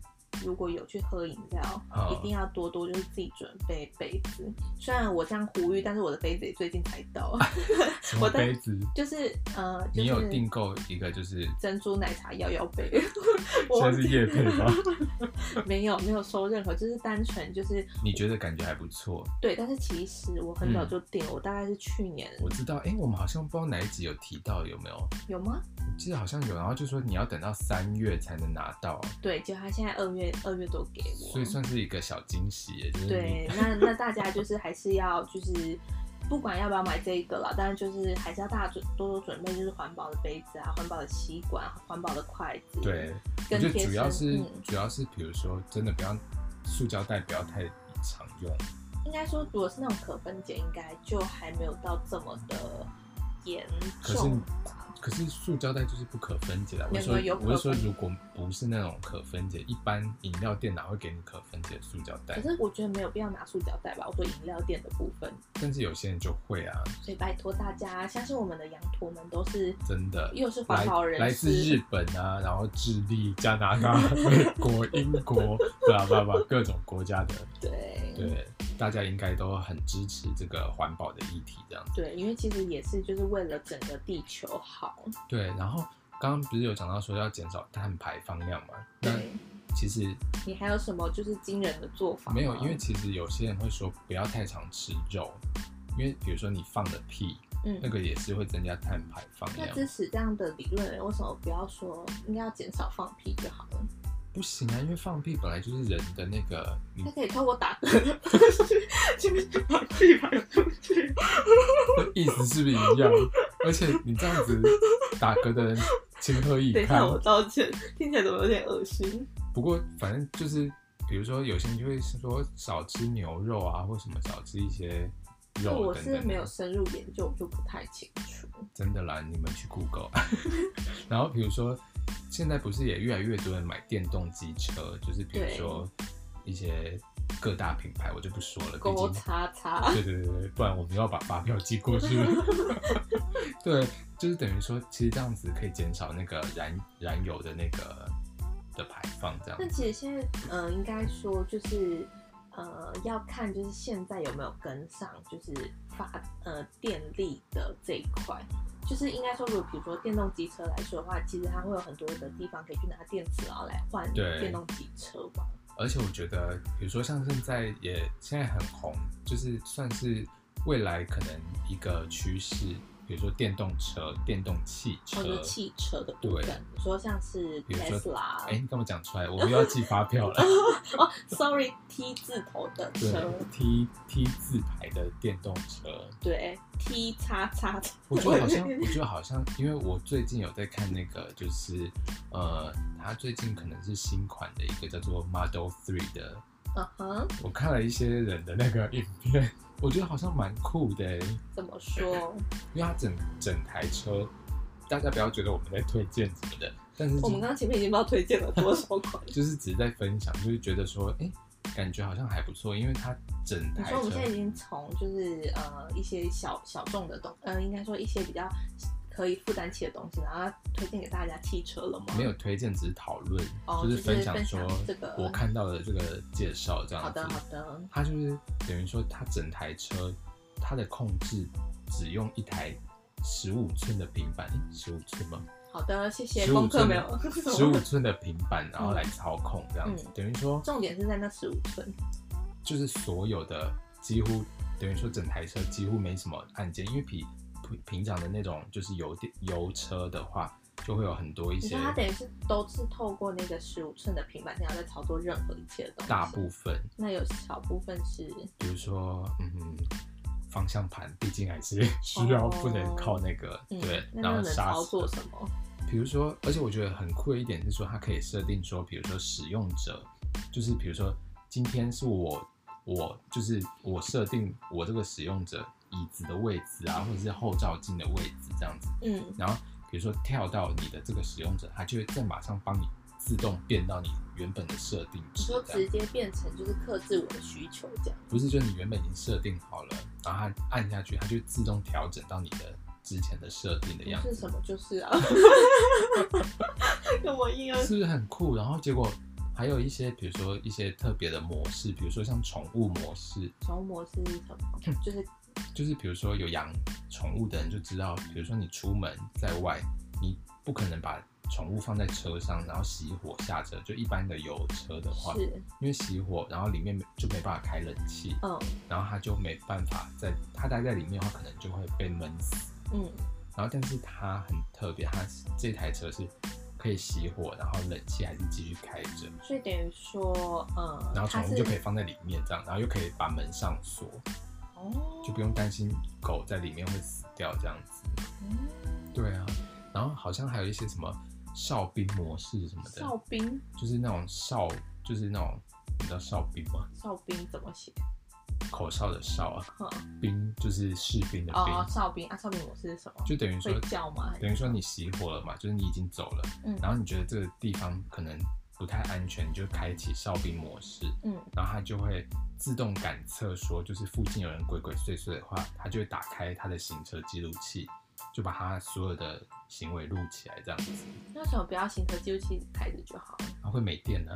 Speaker 2: 如果有去喝饮料，
Speaker 3: 哦
Speaker 2: 一定要多多就是自己准备杯子。虽然我这样呼吁，但是我的杯子也最近才 到，
Speaker 3: 什么
Speaker 2: 我在
Speaker 3: 杯子，
Speaker 2: 就是呃，就是、
Speaker 3: 你有订购一个就是
Speaker 2: 珍珠奶茶摇摇杯，
Speaker 3: 现
Speaker 2: 我
Speaker 3: 在
Speaker 2: 忘
Speaker 3: 是
Speaker 2: 记
Speaker 3: 夜配吗？
Speaker 2: 没有没有收任何，就是单纯就是
Speaker 3: 你觉得感觉还不错？
Speaker 2: 对，但是其实我很早
Speaker 3: 嗯
Speaker 2: 就订了，我大概是去年
Speaker 3: 我知道，哎、我们好像不知道哪一集有提到有没有？我
Speaker 2: 有吗？
Speaker 3: 记得好像有，然后就说你要等到三月才能拿到，
Speaker 2: 对，就他现在二月二月多给我，
Speaker 3: 所以算是一个小惊喜耶，就是你
Speaker 2: 对，那那大家就是还是要就是。不管要不要买这一个了，但是就是还是要大家准多多准备，就是环保的杯子啊，环保的吸管，环保的筷子，
Speaker 3: 对，我
Speaker 2: 跟
Speaker 3: 觉得
Speaker 2: 贴
Speaker 3: 主要
Speaker 2: 身
Speaker 3: 是、
Speaker 2: 嗯
Speaker 3: 主要是，比如说真的不要塑胶袋不要太常用，
Speaker 2: 应该说，如果是那种可分解，应该就还没有到这么的严
Speaker 3: 可是
Speaker 2: 重吧。
Speaker 3: 可是塑胶袋就是不可分解的。我
Speaker 2: 没
Speaker 3: 是
Speaker 2: 有
Speaker 3: 说
Speaker 2: 有可
Speaker 3: 我是说，
Speaker 2: 分
Speaker 3: 如果不是那种可分解，一般饮料店哪会给你可分解的塑胶
Speaker 2: 可
Speaker 3: 袋？
Speaker 2: 是我觉得没有必要拿塑胶袋吧，我说饮料店的部分，
Speaker 3: 但是有些人就会啊，
Speaker 2: 所以拜托大家，相信我们的羊驼们都是
Speaker 3: 真的。
Speaker 2: 又是环
Speaker 3: 来
Speaker 2: 保人
Speaker 3: 来自日
Speaker 2: 士，
Speaker 3: 本啊，然后智利、加拿 大、美国、英国，对啊，爸爸各种国家的，
Speaker 2: 对
Speaker 3: 对，大家应该都很支持这个环保的议题，这样子。
Speaker 2: 对，因为其实也是就是为了整个地球好，
Speaker 3: 对，然后刚刚不是有讲到说要减少碳排放量嘛？那
Speaker 2: 对
Speaker 3: 其实
Speaker 2: 你还有什么就是惊人的做法吗？
Speaker 3: 没有，因为其实有些人会说不要太常吃肉，因为比如说你放的屁，
Speaker 2: 嗯
Speaker 3: 那。个也是会增加碳排放
Speaker 2: 那
Speaker 3: 量。
Speaker 2: 支持这样的理论，为什么不要说应该要减少放屁就好了？
Speaker 3: 不行啊，因为放屁本来就是人的那个，你
Speaker 2: 它可以透过打嗝就是把屁排出去。
Speaker 3: 意思是不是一样？而且你这样子打嗝的人情何以
Speaker 2: 等一
Speaker 3: 堪
Speaker 2: 下，？我道歉，听起来怎么有点恶心？
Speaker 3: 不过反正就是，比如说有些人就会说少吃牛肉啊，或什么少吃一些
Speaker 2: 这
Speaker 3: 肉
Speaker 2: 我
Speaker 3: 等等
Speaker 2: 是
Speaker 3: 的
Speaker 2: 没有深入研究，我就不太清楚。
Speaker 3: 真的啦，你们去 Google。然后比如说，现在不是也越来越多人买电动机车，就是比如
Speaker 2: 对
Speaker 3: 说一些各大品牌，我就不说了，毕
Speaker 2: 勾
Speaker 3: 竟
Speaker 2: 叉叉，
Speaker 3: 对对对对，不然我们要把发票寄过去了。对，就是等于说，其实这样子可以减少那个燃燃油的那个的排放，这样
Speaker 2: 呃那。其实现在，嗯、应该说就是，呃，要看就是现在有没有跟上，就是发呃电力的这一块。就是应该说，如果比如说电动机车来说的话，其实它会有很多的地方可以去拿电池然后来换
Speaker 3: 对
Speaker 2: 电动机车嘛。
Speaker 3: 而且我觉得，比如说像现在也现在很红，就是算是未来可能一个趋势，比如说电动车、电动汽车
Speaker 2: 或。者哦汽车的部
Speaker 3: 对
Speaker 2: 分，你说像是
Speaker 3: 比如说
Speaker 2: Tesla，啊
Speaker 3: 哎、你干嘛讲出来？我又要寄发票 了。
Speaker 2: 哦，sorry，T 字头的
Speaker 3: 对
Speaker 2: 车，
Speaker 3: ，T T 字牌的电动车，
Speaker 2: 对，T 叉叉的，
Speaker 3: 我觉得好像，我觉得好像，因为我最近有在看那个，就是呃，它最近可能是新款的一个叫做 Model Three 的，
Speaker 2: 嗯哼，
Speaker 3: 我看了一些人的那个影片，我觉得好像蛮酷的欸，
Speaker 2: 怎么说？
Speaker 3: 因为它整整台车，大家不要觉得我们在推荐什么的，但是。
Speaker 2: 我们刚刚前面已经不知道推荐了多少款
Speaker 3: 就是只是在分享，就是觉得说，哎、感觉好像还不错，因为它整
Speaker 2: 你
Speaker 3: 台
Speaker 2: 说我们
Speaker 3: 车
Speaker 2: 现在已经从就是呃一些小小众的东，呃，应该说一些比较可以负担起的东西，然后要推荐给大家汽车了吗？
Speaker 3: 没有推荐，只是讨论，
Speaker 2: 哦
Speaker 3: 就是
Speaker 2: 就是
Speaker 3: 分享
Speaker 2: 分
Speaker 3: 说
Speaker 2: 享这个
Speaker 3: 我看到的这个介绍这样子。
Speaker 2: 好的，好的，
Speaker 3: 它就是等于说，它整台车它的控制只用一台十五寸的平板，十五寸吗？
Speaker 2: 好的，谢谢。
Speaker 3: 十
Speaker 2: 功
Speaker 3: 五
Speaker 2: 课
Speaker 3: 寸
Speaker 2: 没有
Speaker 3: 的，十五寸的平板，然后
Speaker 2: 嗯
Speaker 3: 来操控这样子，
Speaker 2: 嗯
Speaker 3: 等于说
Speaker 2: 重点是在那十五寸。
Speaker 3: 就是所有的几乎等于说整台车几乎没什么按键，因为平平平常的那种就是油电油车的话，就会有很多一
Speaker 2: 你
Speaker 3: 些
Speaker 2: 说它等于是都是透过那个十五寸的平板电脑在操作任何一切的东西。
Speaker 3: 大部分，
Speaker 2: 那有小部分是
Speaker 3: 比如说嗯。方向盘毕竟还是 需要不能靠那个、
Speaker 2: 哦嗯，
Speaker 3: 对，
Speaker 2: 那
Speaker 3: 然后
Speaker 2: 那能
Speaker 3: 刹
Speaker 2: 操
Speaker 3: 车
Speaker 2: 作什么？
Speaker 3: 比如说，而且我觉得很酷的一点是说，它可以设定说，比如说使用者，就是比如说今天是我我就是我设定我这个使用者椅子的位置啊，或者是后照镜的位置这样子，
Speaker 2: 嗯，
Speaker 3: 然后比如说跳到你的这个使用者，它就会再马上帮你自动变到你原本的设定
Speaker 2: 你
Speaker 3: 值
Speaker 2: 说，
Speaker 3: 这
Speaker 2: 直
Speaker 3: 样
Speaker 2: 接变成就是克制我的需求这样。
Speaker 3: 不是就你原本已经设定好了，然后它按下去，它就自动调整到你的之前的设定的样
Speaker 2: 不
Speaker 3: 子
Speaker 2: 是。什么就是 啊，跟我硬要
Speaker 3: 是不是很酷？然后结果还有一些，比如说一些特别的模式，比如说像宠物模式，
Speaker 2: 宠物模式是什么？
Speaker 3: 嗯
Speaker 2: 就是
Speaker 3: 就是比如说有养宠物的人就知道，比如说你出门在外，你不可能把宠物放在车上，然后熄火下车。就一般的油车的话，
Speaker 2: 是
Speaker 3: 因为熄火，然后里面就没办法开冷气，
Speaker 2: 嗯
Speaker 3: 然后它就没办法在它待在里面的话，可能就会被闷死。
Speaker 2: 嗯，
Speaker 3: 然后但是它很特别，它这台车是可以熄火，然后冷气还是继续开着。
Speaker 2: 所以等于说嗯，
Speaker 3: 然后宠
Speaker 2: 它
Speaker 3: 物
Speaker 2: 是
Speaker 3: 就可以放在里面，这样，然后又可以把门上锁，
Speaker 2: 哦，
Speaker 3: 就不用担心狗在里面会死掉这样子。
Speaker 2: 嗯
Speaker 3: 对啊，然后好像还有一些什么哨兵模式什么的，
Speaker 2: 哨兵
Speaker 3: 就是那种哨，就是那种你知道哨兵吗？
Speaker 2: 哨兵怎么写？
Speaker 3: 口哨的哨啊，
Speaker 2: 哼
Speaker 3: 兵就是士兵的兵，
Speaker 2: 哦，哨兵啊，哨兵模式是什么？
Speaker 3: 就等于说
Speaker 2: 会叫吗还是
Speaker 3: 等于说你熄火了嘛，就是你已经走了，
Speaker 2: 嗯
Speaker 3: 然后你觉得这个地方可能不太安全，你就开启哨兵模式，
Speaker 2: 嗯，
Speaker 3: 然后它就会自动感测说，就是附近有人鬼鬼祟祟的话，它就会打开它的行车记录器，就把它所有的行为录起来，这样子，
Speaker 2: 那为什么不要行车记录器开着就好了？
Speaker 3: 它会没电呢、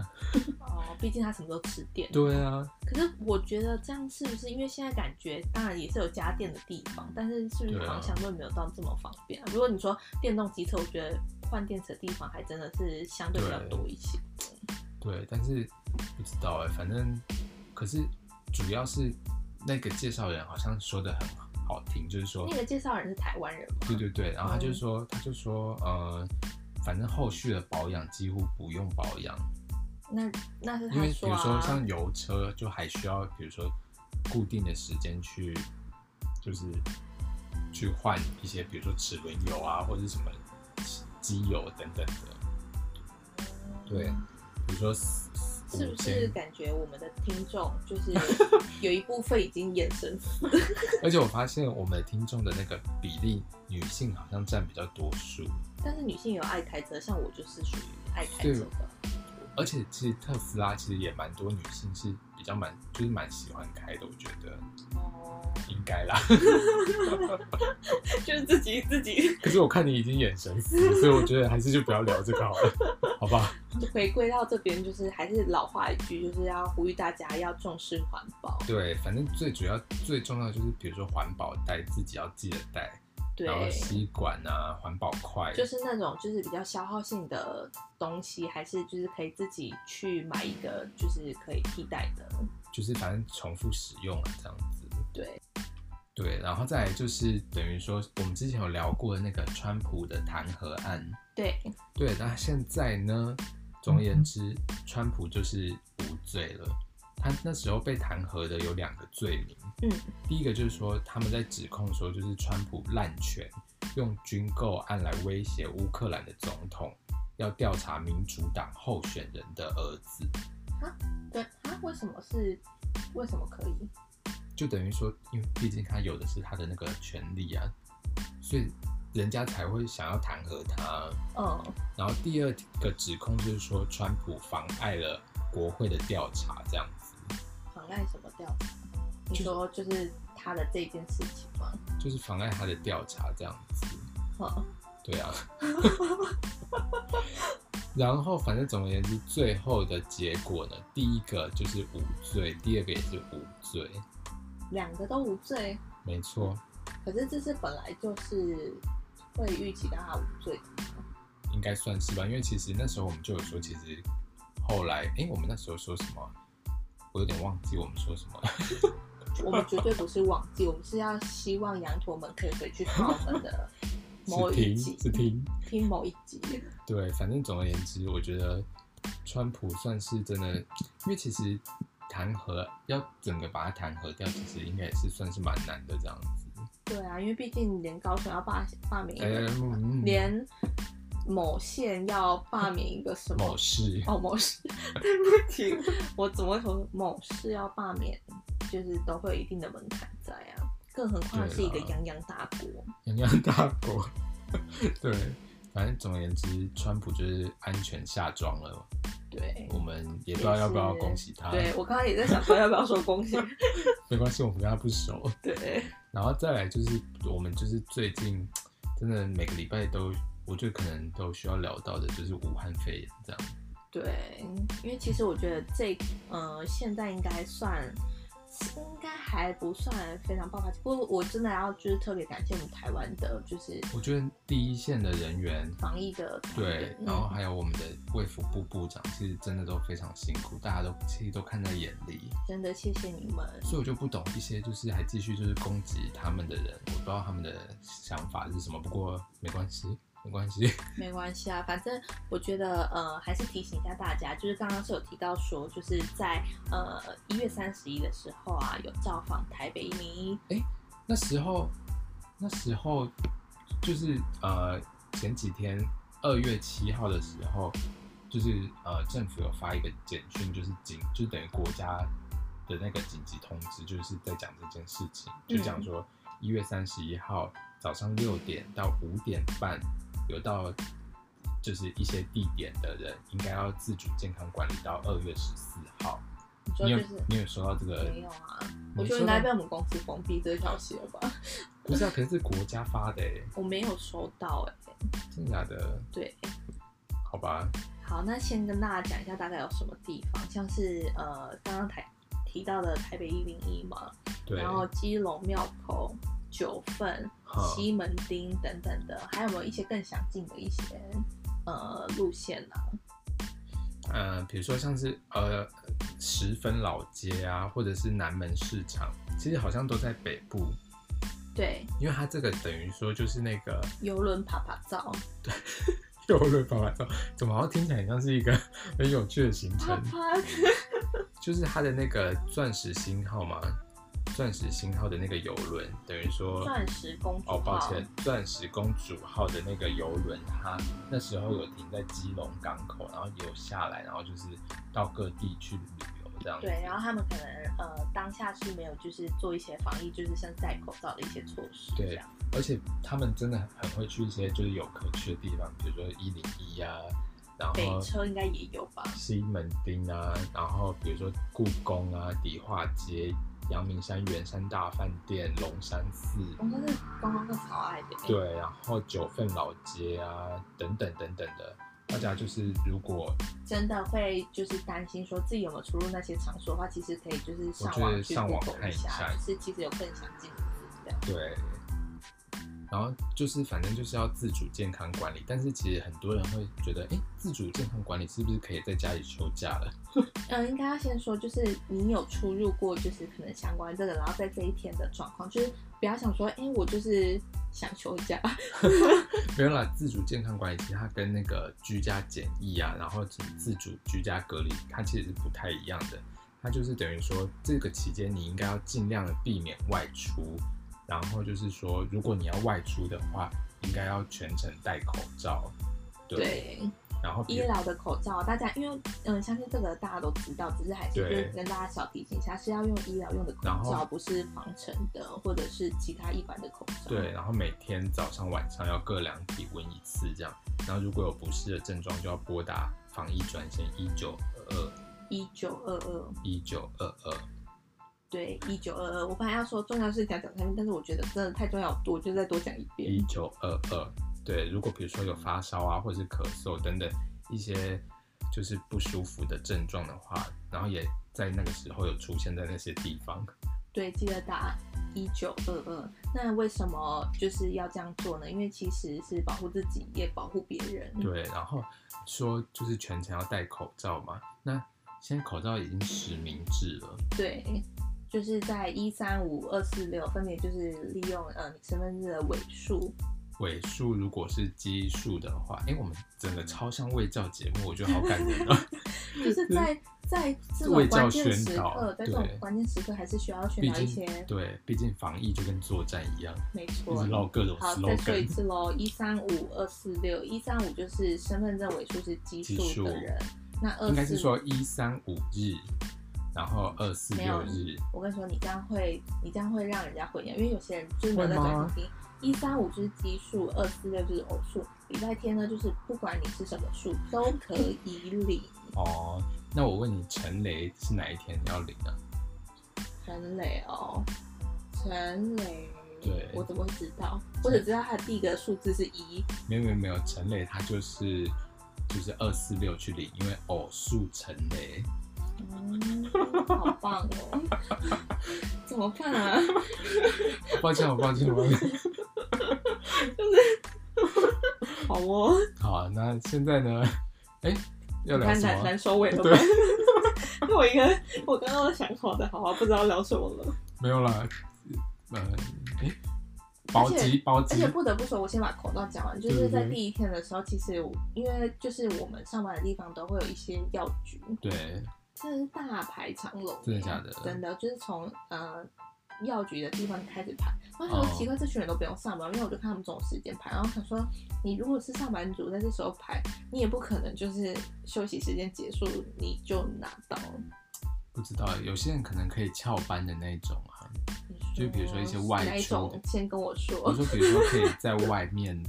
Speaker 3: 啊
Speaker 2: 哦，毕竟它什么时候吃电？
Speaker 3: 对啊，
Speaker 2: 可是我觉得这样是不是因为现在感觉当然也是有家电的地方，但是是不
Speaker 3: 对
Speaker 2: 是
Speaker 3: 啊
Speaker 2: 好像相对没有到这么方便、啊？如果你说电动机车，我觉得换电池的地方还真的是相对比较多一些。
Speaker 3: 对，但是不知道哎、反正可是主要是那个介绍人好像说的很好听，就是说
Speaker 2: 那个嗯介绍人是台湾人吗？
Speaker 3: 对对对，然后他就说，他就说，呃，反正后续的保养几乎不用保养，
Speaker 2: 那那是
Speaker 3: 因
Speaker 2: 他
Speaker 3: 为比如说
Speaker 2: 啊，
Speaker 3: 像油车就还需要，比如说固定的时间去，就是去换一些，比如说齿轮油啊，或者是什么机油等等的，对，比如说四
Speaker 2: 是
Speaker 3: 五
Speaker 2: 不是
Speaker 3: 千，
Speaker 2: 感觉我们的听众就是 有一部分已经眼神死了？
Speaker 3: 而且我发现我们的听众的那个比例，女性好像占比较多数，
Speaker 2: 但是女性有爱开车，像我就是属于爱开车的。
Speaker 3: 而且其实特斯拉其实也蛮多女性是比较蛮就是蛮喜欢开的，我觉得。
Speaker 2: 哦，
Speaker 3: 应该啦。
Speaker 2: 就是自己自己
Speaker 3: 可是我看你已经眼神死，所以我觉得还是就不要聊这个好了， 好吧？
Speaker 2: 回归到这边，就是还是老话一句，就是要呼吁大家要重视环保。
Speaker 3: 对，反正最主要、最重要的就是，比如说环保袋，自己要记得带，
Speaker 2: 对
Speaker 3: 然，后吸管啊，环保筷，
Speaker 2: 就是那种就是比较消耗性的东西，还是就是可以自己去买一个就是可以替代的。
Speaker 3: 就是反正重复使用啊，这样子。
Speaker 2: 对
Speaker 3: 对，然后再来就是等于说，我们之前有聊过的那个川普的弹劾案，
Speaker 2: 对，
Speaker 3: 对，那现在呢？总而言之，川普就是无罪了。他那时候被弹劾的有两个罪名，
Speaker 2: 嗯，
Speaker 3: 第一个就是说他们在指控说，就是川普滥权，用军购案来威胁乌克兰的总统，要调查民主党候选人的儿子，
Speaker 2: 对啊，为什么是为什么可以？
Speaker 3: 就等于说，因为毕竟他有的是他的那个权利啊，所以人家才会想要弹劾他。啊
Speaker 2: 嗯，
Speaker 3: 然后第二个指控就是说，川普妨碍了国会的调查，这样子，
Speaker 2: 妨碍什么调查？
Speaker 3: 就
Speaker 2: 你
Speaker 3: 是
Speaker 2: 说就是他的这件事情吗？
Speaker 3: 就是妨碍他的调查，这样子，
Speaker 2: 嗯，
Speaker 3: 对啊。 然后，反正总而言之，最后的结果呢，第一个就是无罪，第二个也是无罪，
Speaker 2: 两个都无罪，
Speaker 3: 没错，
Speaker 2: 可是这是本来就是会预期到他无罪的吗？
Speaker 3: 应该算是吧。因为其实那时候我们就有说，其实后来，诶，我们那时候说什么啊？我有点忘记我们说什么了。
Speaker 2: 我们绝对不是忘记，我们是要希望羊驼们可以回去看我们的某
Speaker 3: 是
Speaker 2: 一
Speaker 3: 听，
Speaker 2: 集，
Speaker 3: 是听。
Speaker 2: 听某一集。
Speaker 3: 对，反正总而言之，我觉得川普算是真的，因为其实弹劾要整个把他弹劾掉，其实应该也是算是蛮难的这样子。
Speaker 2: 对啊，因为毕竟连高雄要罢罢免一
Speaker 3: 哎、
Speaker 2: 个，
Speaker 3: 嗯，
Speaker 2: 连某县要罢免一个什么
Speaker 3: 某事，
Speaker 2: 哦，某事，对不起，我怎么会说某事要罢免，就是都会有一定的门槛在啊，更何况是一个
Speaker 3: 对啦
Speaker 2: 泱泱大国。
Speaker 3: 洋洋大国。 对，反正总而言之，川普就是安全下庄了。
Speaker 2: 对，
Speaker 3: 我们也不知道要不要恭喜他，
Speaker 2: 对我刚刚也在想说要不要说 恭喜。
Speaker 3: 没关系，我们跟他不熟。
Speaker 2: 对，
Speaker 3: 然后再来就是我们就是最近真的每个礼拜都，我觉得可能都需要聊到的，就是武汉肺炎这样。
Speaker 2: 对，因为其实我觉得这呃现在应该算应该还不算非常爆发，不过我真的要就是特别感谢我们台湾的，就是
Speaker 3: 我觉得第一线的人员，
Speaker 2: 防疫的团
Speaker 3: 对
Speaker 2: 队，嗯
Speaker 3: 然后还有我们的卫福部部长，其实真的都非常辛苦，大家都其实都看在眼里。
Speaker 2: 真的谢谢你们。
Speaker 3: 所以我就不懂一些就是还继续就是攻击他们的人，我不知道他们的想法是什么，不过没关系，没关系。
Speaker 2: 没关系啊，反正我觉得呃，还是提醒一下大家，就是刚刚是有提到说，就是在呃一月三十一的时候啊，有造访台北一零一，
Speaker 3: 那时候，那时候就是呃前几天二月七号的时候，就是呃政府有发一个简讯，就是警，就等于国家的那个紧急通知，就是在讲这件事情，就讲说一月三十一
Speaker 2: 嗯
Speaker 3: 号早上六点到五点半有到。就是一些地点的人应该要自主健康管理到二月十四号。
Speaker 2: 你说
Speaker 3: 你有呃
Speaker 2: 就是
Speaker 3: 你有收到这个？
Speaker 2: 没有啊？
Speaker 3: 没
Speaker 2: 我觉得
Speaker 3: 收
Speaker 2: 应该
Speaker 3: 到
Speaker 2: 被我们公司封闭这条线吧，
Speaker 3: 不是啊，可是是国家发的、欸，
Speaker 2: 我没有收到哎、
Speaker 3: 真的假的？
Speaker 2: 对，
Speaker 3: 好吧，
Speaker 2: 好，那先跟大家讲一下大概有什么地方，像是呃刚刚台提到的台北一零一嘛，
Speaker 3: 对，
Speaker 2: 然后基隆庙口、九份、
Speaker 3: 好
Speaker 2: 西门町等等的，还有没有一些更详尽的一些呃路线呢、
Speaker 3: 呃，比如说像是呃十分老街啊，或者是南门市场，其实好像都在北部，
Speaker 2: 对，
Speaker 3: 因为它这个等于说就是那个
Speaker 2: 游轮爬爬照，
Speaker 3: 游轮爸爸照，怎么好像听起来很像是一个很有趣的行
Speaker 2: 啪
Speaker 3: 程？
Speaker 2: 啪，
Speaker 3: 就是它的那个钻石星号嘛，钻石星号的那个游轮，等于说
Speaker 2: 钻石公主号
Speaker 3: 哦，抱歉，钻石公主号的那个游轮，它那时候有停在基隆港口，然后也有下来，然后就是到各地去旅游这样子。
Speaker 2: 对，然后他们可能呃当下是没有就是做一些防疫，就是像戴口罩的一些措施这
Speaker 3: 对
Speaker 2: 样。
Speaker 3: 而且他们真的很会去一些就是游客去的地方，比如说一零一啊，然
Speaker 2: 北
Speaker 3: 后
Speaker 2: 车应该也有吧？
Speaker 3: 西门町啊，然后比如说故宫啊、迪化街、阳明山圆山大饭店、龙山寺，
Speaker 2: 我们是观光客超爱的。，欸
Speaker 3: 对，然后九份老街啊，等等等等的，大家就是如果
Speaker 2: 真的会就是担心说自己有没有出入那些场所的话，其实可以就是
Speaker 3: 我
Speaker 2: 上
Speaker 3: 觉
Speaker 2: 网
Speaker 3: 得
Speaker 2: 去
Speaker 3: 上网
Speaker 2: Google
Speaker 3: 看一下
Speaker 2: 下，就是其实有更详尽的资料。
Speaker 3: 对，然后就是反正就是要自主健康管理，但是其实很多人会觉得，哎，自主健康管理是不是可以在家里休假了？
Speaker 2: 嗯，应该要先说，就是你有出入过，就是可能相关这个，然后在这一天的状况，就是不要想说，哎、我就是想休假，
Speaker 3: 没有啦，自主健康管理其实它跟那个居家检疫啊，然后自自主居家隔离，它其实是不太一样的。它就是等于说，这个期间你应该要尽量的避免外出，然后就是说，如果你要外出的话，应该要全程戴口罩。对，
Speaker 2: 对，
Speaker 3: 然后比
Speaker 2: 医疗的口罩，大家因为嗯，相信这个大家都知道，只是还是就
Speaker 3: 对
Speaker 2: 是跟大家小提醒一下，是要用医疗用的口
Speaker 3: 然后
Speaker 2: 罩，不是防尘的或者是其他一般的口罩。
Speaker 3: 对，，然后每天早上晚上要各量体温一次，这样。然后如果有不适的症状，就要拨打防疫专线一九二二
Speaker 2: 一九二二，
Speaker 3: 一九二二。
Speaker 2: 对，一九二二。我本来要说重要事情要讲下面，但是我觉得真的太重要，我就再多讲一遍。
Speaker 3: 一九二二。对，如果比如说有发烧啊，或者是咳嗽等等一些就是不舒服的症状的话，然后也在那个时候有出现在那些地方。
Speaker 2: 对，记得打一九二二。那为什么就是要这样做呢？因为其实是保护自己，也保护别人。，
Speaker 3: 对，然后说就是全程要戴口罩嘛。那现在口罩已经实名制了，
Speaker 2: 对就是在一三五二四六，分别就是利用呃你身份证的尾数。
Speaker 3: 尾数如果是奇数的话，哎，我们整个超像卫教节目，我觉得好感 人啊。
Speaker 2: 就是在在这种
Speaker 3: 嗯为
Speaker 2: 关
Speaker 3: 教
Speaker 2: 键
Speaker 3: 宣
Speaker 2: 时
Speaker 3: 导
Speaker 2: 刻，在这种
Speaker 3: 对
Speaker 2: 关键时刻还是需要宣
Speaker 3: 毕
Speaker 2: 导一
Speaker 3: 竟
Speaker 2: 些，
Speaker 3: 对，毕竟防疫就跟作战一样，
Speaker 2: 没
Speaker 3: 一
Speaker 2: 错
Speaker 3: 直。唠各种
Speaker 2: 好，再说一
Speaker 3: slogan。
Speaker 2: 次喽，一三五二四六，一三五就是身份证尾数是奇
Speaker 3: 奇
Speaker 2: 数
Speaker 3: 数
Speaker 2: 的人，那二
Speaker 3: 应该
Speaker 2: 四
Speaker 3: 是说一三五日，然后二四
Speaker 2: 没有
Speaker 3: 六日，
Speaker 2: 我跟你说，你这样会，你这样会让人家混淆，因为有些人就是没有在
Speaker 3: 会吗
Speaker 2: 专心听。一三五就是奇数，二四六就是偶数，礼拜天呢就是不管你是什么数都可以领。
Speaker 3: 哦，那我问你，陈雷是哪一天要领啊？
Speaker 2: 陈磊哦，陈磊，
Speaker 3: 对
Speaker 2: 我怎么会知道？我只知道他第一个数字是一，
Speaker 3: 没有没有没有，陈雷他就是就是二四六去领，因为偶数陈雷。
Speaker 2: 嗯， 好棒哦！怎么办啊？
Speaker 3: 抱歉，我抱歉，我抱 歉。
Speaker 2: 好哦，
Speaker 3: 好，那现在呢？哎， 要
Speaker 2: 你
Speaker 3: 聊
Speaker 2: 看
Speaker 3: 什
Speaker 2: 难
Speaker 3: 么啊
Speaker 2: 难？收尾 了
Speaker 3: 对
Speaker 2: 吗？ 那我应该，我刚刚想好的，好啊，不知道聊什么了。
Speaker 3: 没有啦，呃，哎，包
Speaker 2: 而
Speaker 3: 机
Speaker 2: 且
Speaker 3: 包
Speaker 2: 而
Speaker 3: 机
Speaker 2: 且，不得不说，我先把口罩讲完，就是
Speaker 3: 嗯
Speaker 2: 在第一天的时候，其实我因为就是我们上班的地方都会有一些药局，
Speaker 3: 对，
Speaker 2: 真的是大排长龙，
Speaker 3: 真的假的
Speaker 2: 真的就是从呃药局的地方开始排。我想
Speaker 3: 哦
Speaker 2: 说奇怪，这群人都不用上班，因为我就看他们这种时间排，然后想说你如果是上班族在这时候排，你也不可能就是休息时间结束你就拿到。
Speaker 3: 不知道，有些人可能可以翘班的那种啊。
Speaker 2: 你
Speaker 3: 就比如说一些外
Speaker 2: 嗯哪一
Speaker 3: 出
Speaker 2: 种，先跟我说。
Speaker 3: 我说，比如说可以在外面，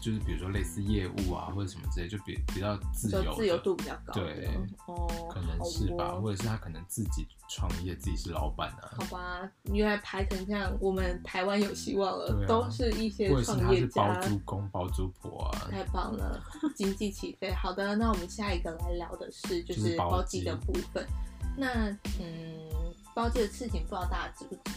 Speaker 3: 就是比如说类似业务啊，或者什么之类，就比比较自由
Speaker 2: 就
Speaker 3: 的，
Speaker 2: 自由度比较高的，
Speaker 3: 对
Speaker 2: 哦，
Speaker 3: 可能是吧，
Speaker 2: 好哦
Speaker 3: 或者是他可能自己创业，自己是老板啊，
Speaker 2: 好吧，原来排成这样，我们台湾有希望了，
Speaker 3: 对啊
Speaker 2: 都是一些
Speaker 3: 或者是
Speaker 2: 创
Speaker 3: 他
Speaker 2: 业
Speaker 3: 是包
Speaker 2: 家，哎
Speaker 3: 租公、包租婆啊，
Speaker 2: 太棒了，经济起飞。好的，那我们下一个来聊的是就
Speaker 3: 就是是包
Speaker 2: 包机
Speaker 3: 机
Speaker 2: 的部分。那嗯，包机的事情不知道大家知不知道？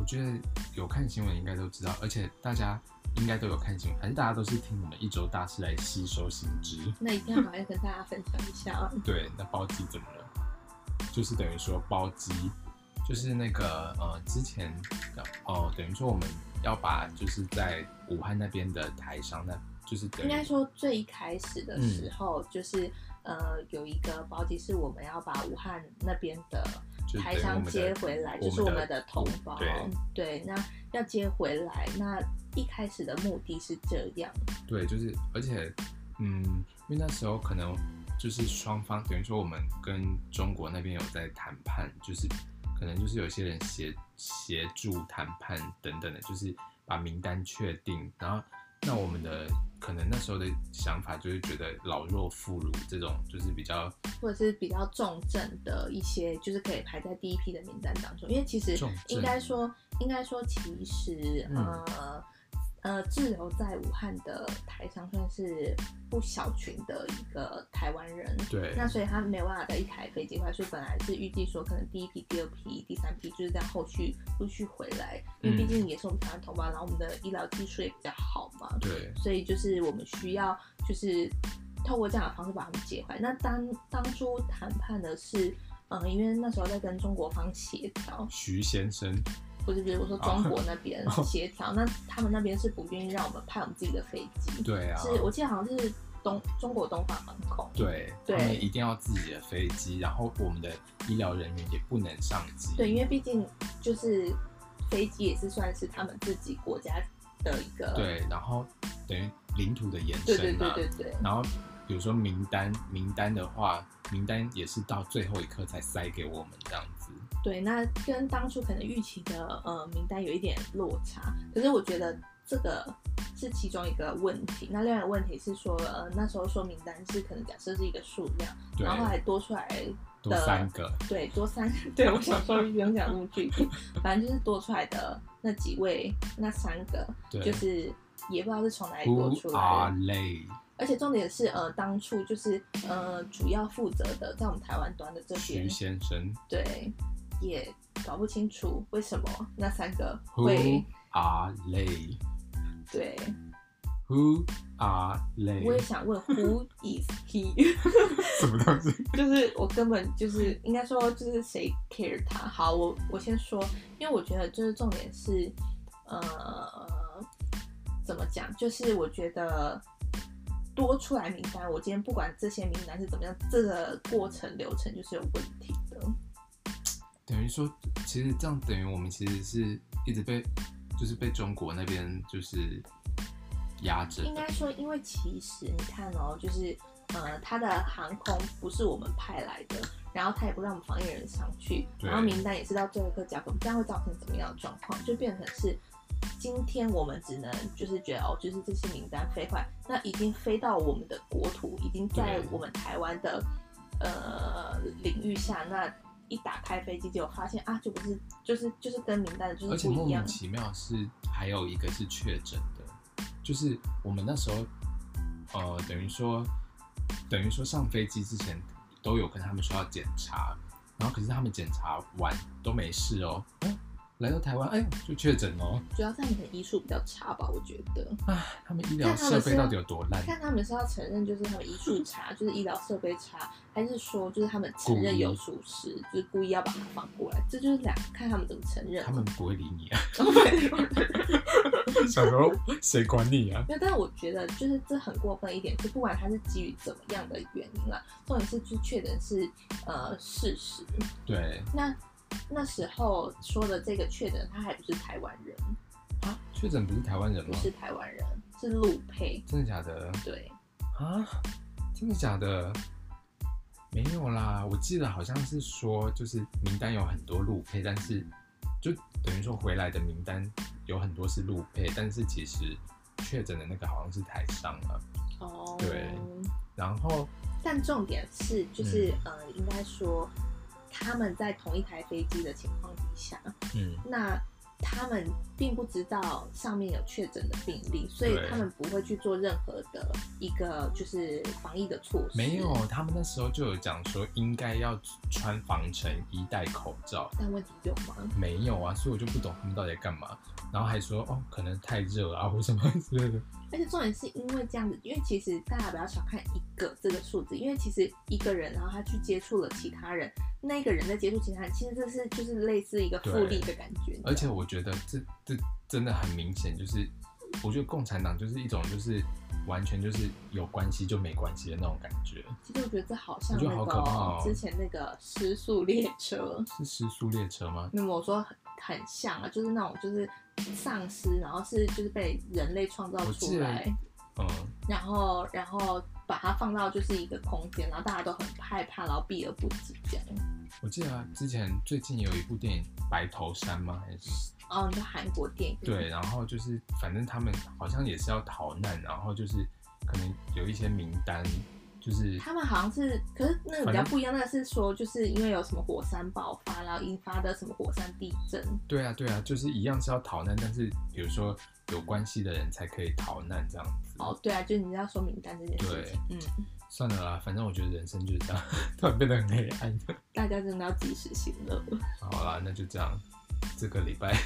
Speaker 3: 我觉得有看新闻应该都知道，而且大家应该都有看新闻，还是大家都是听我们一周大师来吸收新知。
Speaker 2: 那一定要赶快跟大家分享一下啊！
Speaker 3: 对，那包机怎么了？就是等于说包机，就是那个呃，之前哦、等于说我们要把就是在武汉那边的台商那，就是等
Speaker 2: 应该
Speaker 3: 于
Speaker 2: 说最一开始的
Speaker 3: 嗯
Speaker 2: 时候，就是呃有一个包机是我们要把武汉那边的
Speaker 3: 就等
Speaker 2: 台
Speaker 3: 于我
Speaker 2: 商
Speaker 3: 们的
Speaker 2: 接回来，就是我
Speaker 3: 我
Speaker 2: 们
Speaker 3: 们
Speaker 2: 的
Speaker 3: 的
Speaker 2: 同胞。
Speaker 3: 对
Speaker 2: 对，那要接回来，那一开始的目的是这样，
Speaker 3: 对，就是而且嗯，因为那时候可能就是双方等于说我们跟中国那边有在谈判，就是可能就是有些人协协助谈判等等的，就是把名单确定，然后那我们的可能那时候的想法就是觉得老弱妇孺这种就是比较
Speaker 2: 或者是比较重症的一些，就是可以排在第一批的名单当中。因为其实
Speaker 3: 重症嗯
Speaker 2: 应该说，应该说，其实、呃呃，滞留在武汉的台商算是不小群的一个台湾人。
Speaker 3: 对
Speaker 2: 那所以他没有办法在一台飞机快，所以本来是预计说可能第一批、第二批、第三批就是这样后续陆续回来，因为
Speaker 3: 嗯
Speaker 2: 毕竟也是我们台湾同胞，然后我们的医疗技术也比较好嘛，
Speaker 3: 对
Speaker 2: 所以就是我们需要就是透过这样的方式把他们解怀。那当当初谈判的是，嗯、因为那时候在跟中国方协调，
Speaker 3: 徐先生，
Speaker 2: 不是不是，我说中国那边
Speaker 3: 哦
Speaker 2: 协调，那他们那边是不愿意让我们派我们自己的飞机，
Speaker 3: 对啊，
Speaker 2: 是我记得好像是东中国东方航空，
Speaker 3: 对，
Speaker 2: 对
Speaker 3: 他们一定要自己的飞机，然后我们的医疗人员也不能上机，
Speaker 2: 对，因为毕竟就是飞机也是算是他们自己国家的一个，
Speaker 3: 对，然后等于领土的延
Speaker 2: 对对
Speaker 3: 伸
Speaker 2: 对
Speaker 3: 嘛，
Speaker 2: 对对，
Speaker 3: 然后比如说名单，名单的话，名单也是到最后一刻才塞给我们这样子。
Speaker 2: 对，那跟当初可能预期的呃名单有一点落差，可是我觉得这个是其中一个问题。那另外一个问题是说，呃，那时候说名单是可能假设是一个数量，
Speaker 3: 对，
Speaker 2: 然后还多出来，
Speaker 3: 多三个，
Speaker 2: 对，多三， 对我想说不用讲那么具体，反正就是多出来的那几位，那三个
Speaker 3: 对，啊
Speaker 2: 就是也不知道是从哪里多
Speaker 3: Who
Speaker 2: 出来
Speaker 3: are
Speaker 2: 的。
Speaker 3: they？
Speaker 2: 而且重点是，呃，当初就是呃，主要负责的在我们台湾端的这边
Speaker 3: 徐先生
Speaker 2: 对，也搞不清楚为什么那三个会
Speaker 3: ，Who are they？Who
Speaker 2: 对。
Speaker 3: are
Speaker 2: 我也
Speaker 3: they？
Speaker 2: 想问 Who is he？
Speaker 3: 什么东西？
Speaker 2: 就是我根本就是应该说就是谁 care 他？好，我我先说，因为我觉得就是重点是，呃，怎么讲？就是我觉得多出来名单，我今天不管这些名单是怎么样，这个过程流程就是有问题的。
Speaker 3: 等于说，其实这样等于我们其实是一直被，就是被中国那边就是压着
Speaker 2: 应
Speaker 3: 的
Speaker 2: 该，说，因为其实你看哦，就是呃，它的航空不是我们派来的，然后它也不让我们防疫人上去，
Speaker 3: 对
Speaker 2: 然后名单也是到最后一刻交给我们，这样会造成怎么样的状况？就变成是今天我们只能就是觉得哦，就是这些名单飞坏，那已经飞到我们的国土，已经在
Speaker 3: 对
Speaker 2: 我们台湾的呃领域下，那。一打开飞机，结果发现啊，就不是，就是就是跟名单的就
Speaker 3: 而
Speaker 2: 是
Speaker 3: 且
Speaker 2: 不
Speaker 3: 莫
Speaker 2: 一样
Speaker 3: 名。其妙是还有一个是确诊的，就是我们那时候，呃，等于说，等于说上飞机之前都有跟他们说要检查，然后可是他们检查完都没事哦，嗯、来到台湾，哎呦就确诊哦，
Speaker 2: 主要是他们可能医术比较差吧，我觉得。
Speaker 3: 啊，他们医疗设备到底有多烂？
Speaker 2: 看他们是要承认就是他们医
Speaker 3: 嗯
Speaker 2: 术差，就是医疗设备差，还是说就是他们承认有疏失，就是故意要把它放过来，这就是两看他们怎么承认。
Speaker 3: 他 们不会理你啊，
Speaker 2: 对，
Speaker 3: 小时候谁管你啊？
Speaker 2: 没有，但是我觉得就是这很过分一点，就不管他是基于怎么样的原因啦，重点是就是确诊是呃事实。
Speaker 3: 对
Speaker 2: 那那时候说的这个确诊，他还不是台湾人，
Speaker 3: 啊，确诊不是台湾人
Speaker 2: 不
Speaker 3: 吗？
Speaker 2: 是台湾人，是陆配。
Speaker 3: 真的假的？
Speaker 2: 对，
Speaker 3: 啊，真的假的？没有啦，我记得好像是说，就是名单有很多路配，但是就等于说回来的名单有很多是路配，但是其实确诊的那个好像是台上了。
Speaker 2: 哦
Speaker 3: 对然后
Speaker 2: 但重点是，就是、
Speaker 3: 嗯
Speaker 2: 呃，应该说他们在同一台飞机的情况底下，
Speaker 3: 嗯，
Speaker 2: 那他们并不知道上面有确诊的病例，所以
Speaker 3: 对
Speaker 2: 他们不会去做任何的一个就是防疫的措施。
Speaker 3: 没有，，他们那时候就有讲说应该要穿防尘衣、戴口罩，
Speaker 2: 但问题有吗？
Speaker 3: 没有啊，所以我就不懂他们到底在干嘛。然后还说哦，可能太热啊或什么之类的。
Speaker 2: 而且重点是因为这样子，因为其实大家不要小看一个这个数字，因为其实一个人，然后他去接触了其他人，那个人在接触其他人，其实这是就是类似一个复利的感觉。
Speaker 3: 而且我觉得这这真的很明显，就是我觉得共产党就是一种就是完全就是有关系就没关系的那种感觉，
Speaker 2: 其实我觉得这好像
Speaker 3: 我觉
Speaker 2: 那
Speaker 3: 得
Speaker 2: 个
Speaker 3: 好可怕哦
Speaker 2: 之前那个失速列车，
Speaker 3: 是失速列车吗？
Speaker 2: 那么我说很很像啊，就是那种就是丧尸，然后是就是被人类创造
Speaker 3: 我记
Speaker 2: 出
Speaker 3: 得
Speaker 2: 来，
Speaker 3: 嗯，
Speaker 2: 然后然后把它放到就是一个空间，然后大家都很害怕，然后避而不及这样。
Speaker 3: 我记得、啊、之前最近有一部电影《白头山》吗？还是什么？
Speaker 2: 哦，你说韩国电影？
Speaker 3: 对，然后就是反正他们好像也是要逃难，然后就是可能有一些名单，就是
Speaker 2: 他们好像是，可是那个比
Speaker 3: 反
Speaker 2: 较
Speaker 3: 正
Speaker 2: 不一样，那个是说就是因为有什么火山爆发，然后引发的什么火山地震，
Speaker 3: 对啊对啊，就是一样是要逃难，但是比如说有关系的人才可以逃难这样子。
Speaker 2: 哦，对啊，就是你要说名单这件事情，嗯，
Speaker 3: 算了啦，反正我觉得人生就是这样， 突然变得很黑暗。
Speaker 2: 大家真的要及时行乐，
Speaker 3: 好啦，那就这样，这个礼拜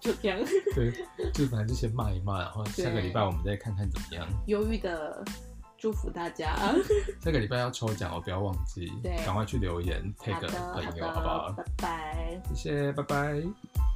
Speaker 2: 就这样。
Speaker 3: 对，就反正就先骂一骂，然后
Speaker 2: 对
Speaker 3: 下个礼拜我们再看看怎么样。
Speaker 2: 忧郁的祝福大 家。
Speaker 3: 下个礼拜要抽奖哦，不要忘记
Speaker 2: 对，
Speaker 3: 赶快去留言 t
Speaker 2: 好
Speaker 3: a
Speaker 2: 的，
Speaker 3: 朋友，好不
Speaker 2: 好
Speaker 3: 好
Speaker 2: 的，？拜拜。
Speaker 3: 谢谢，拜拜。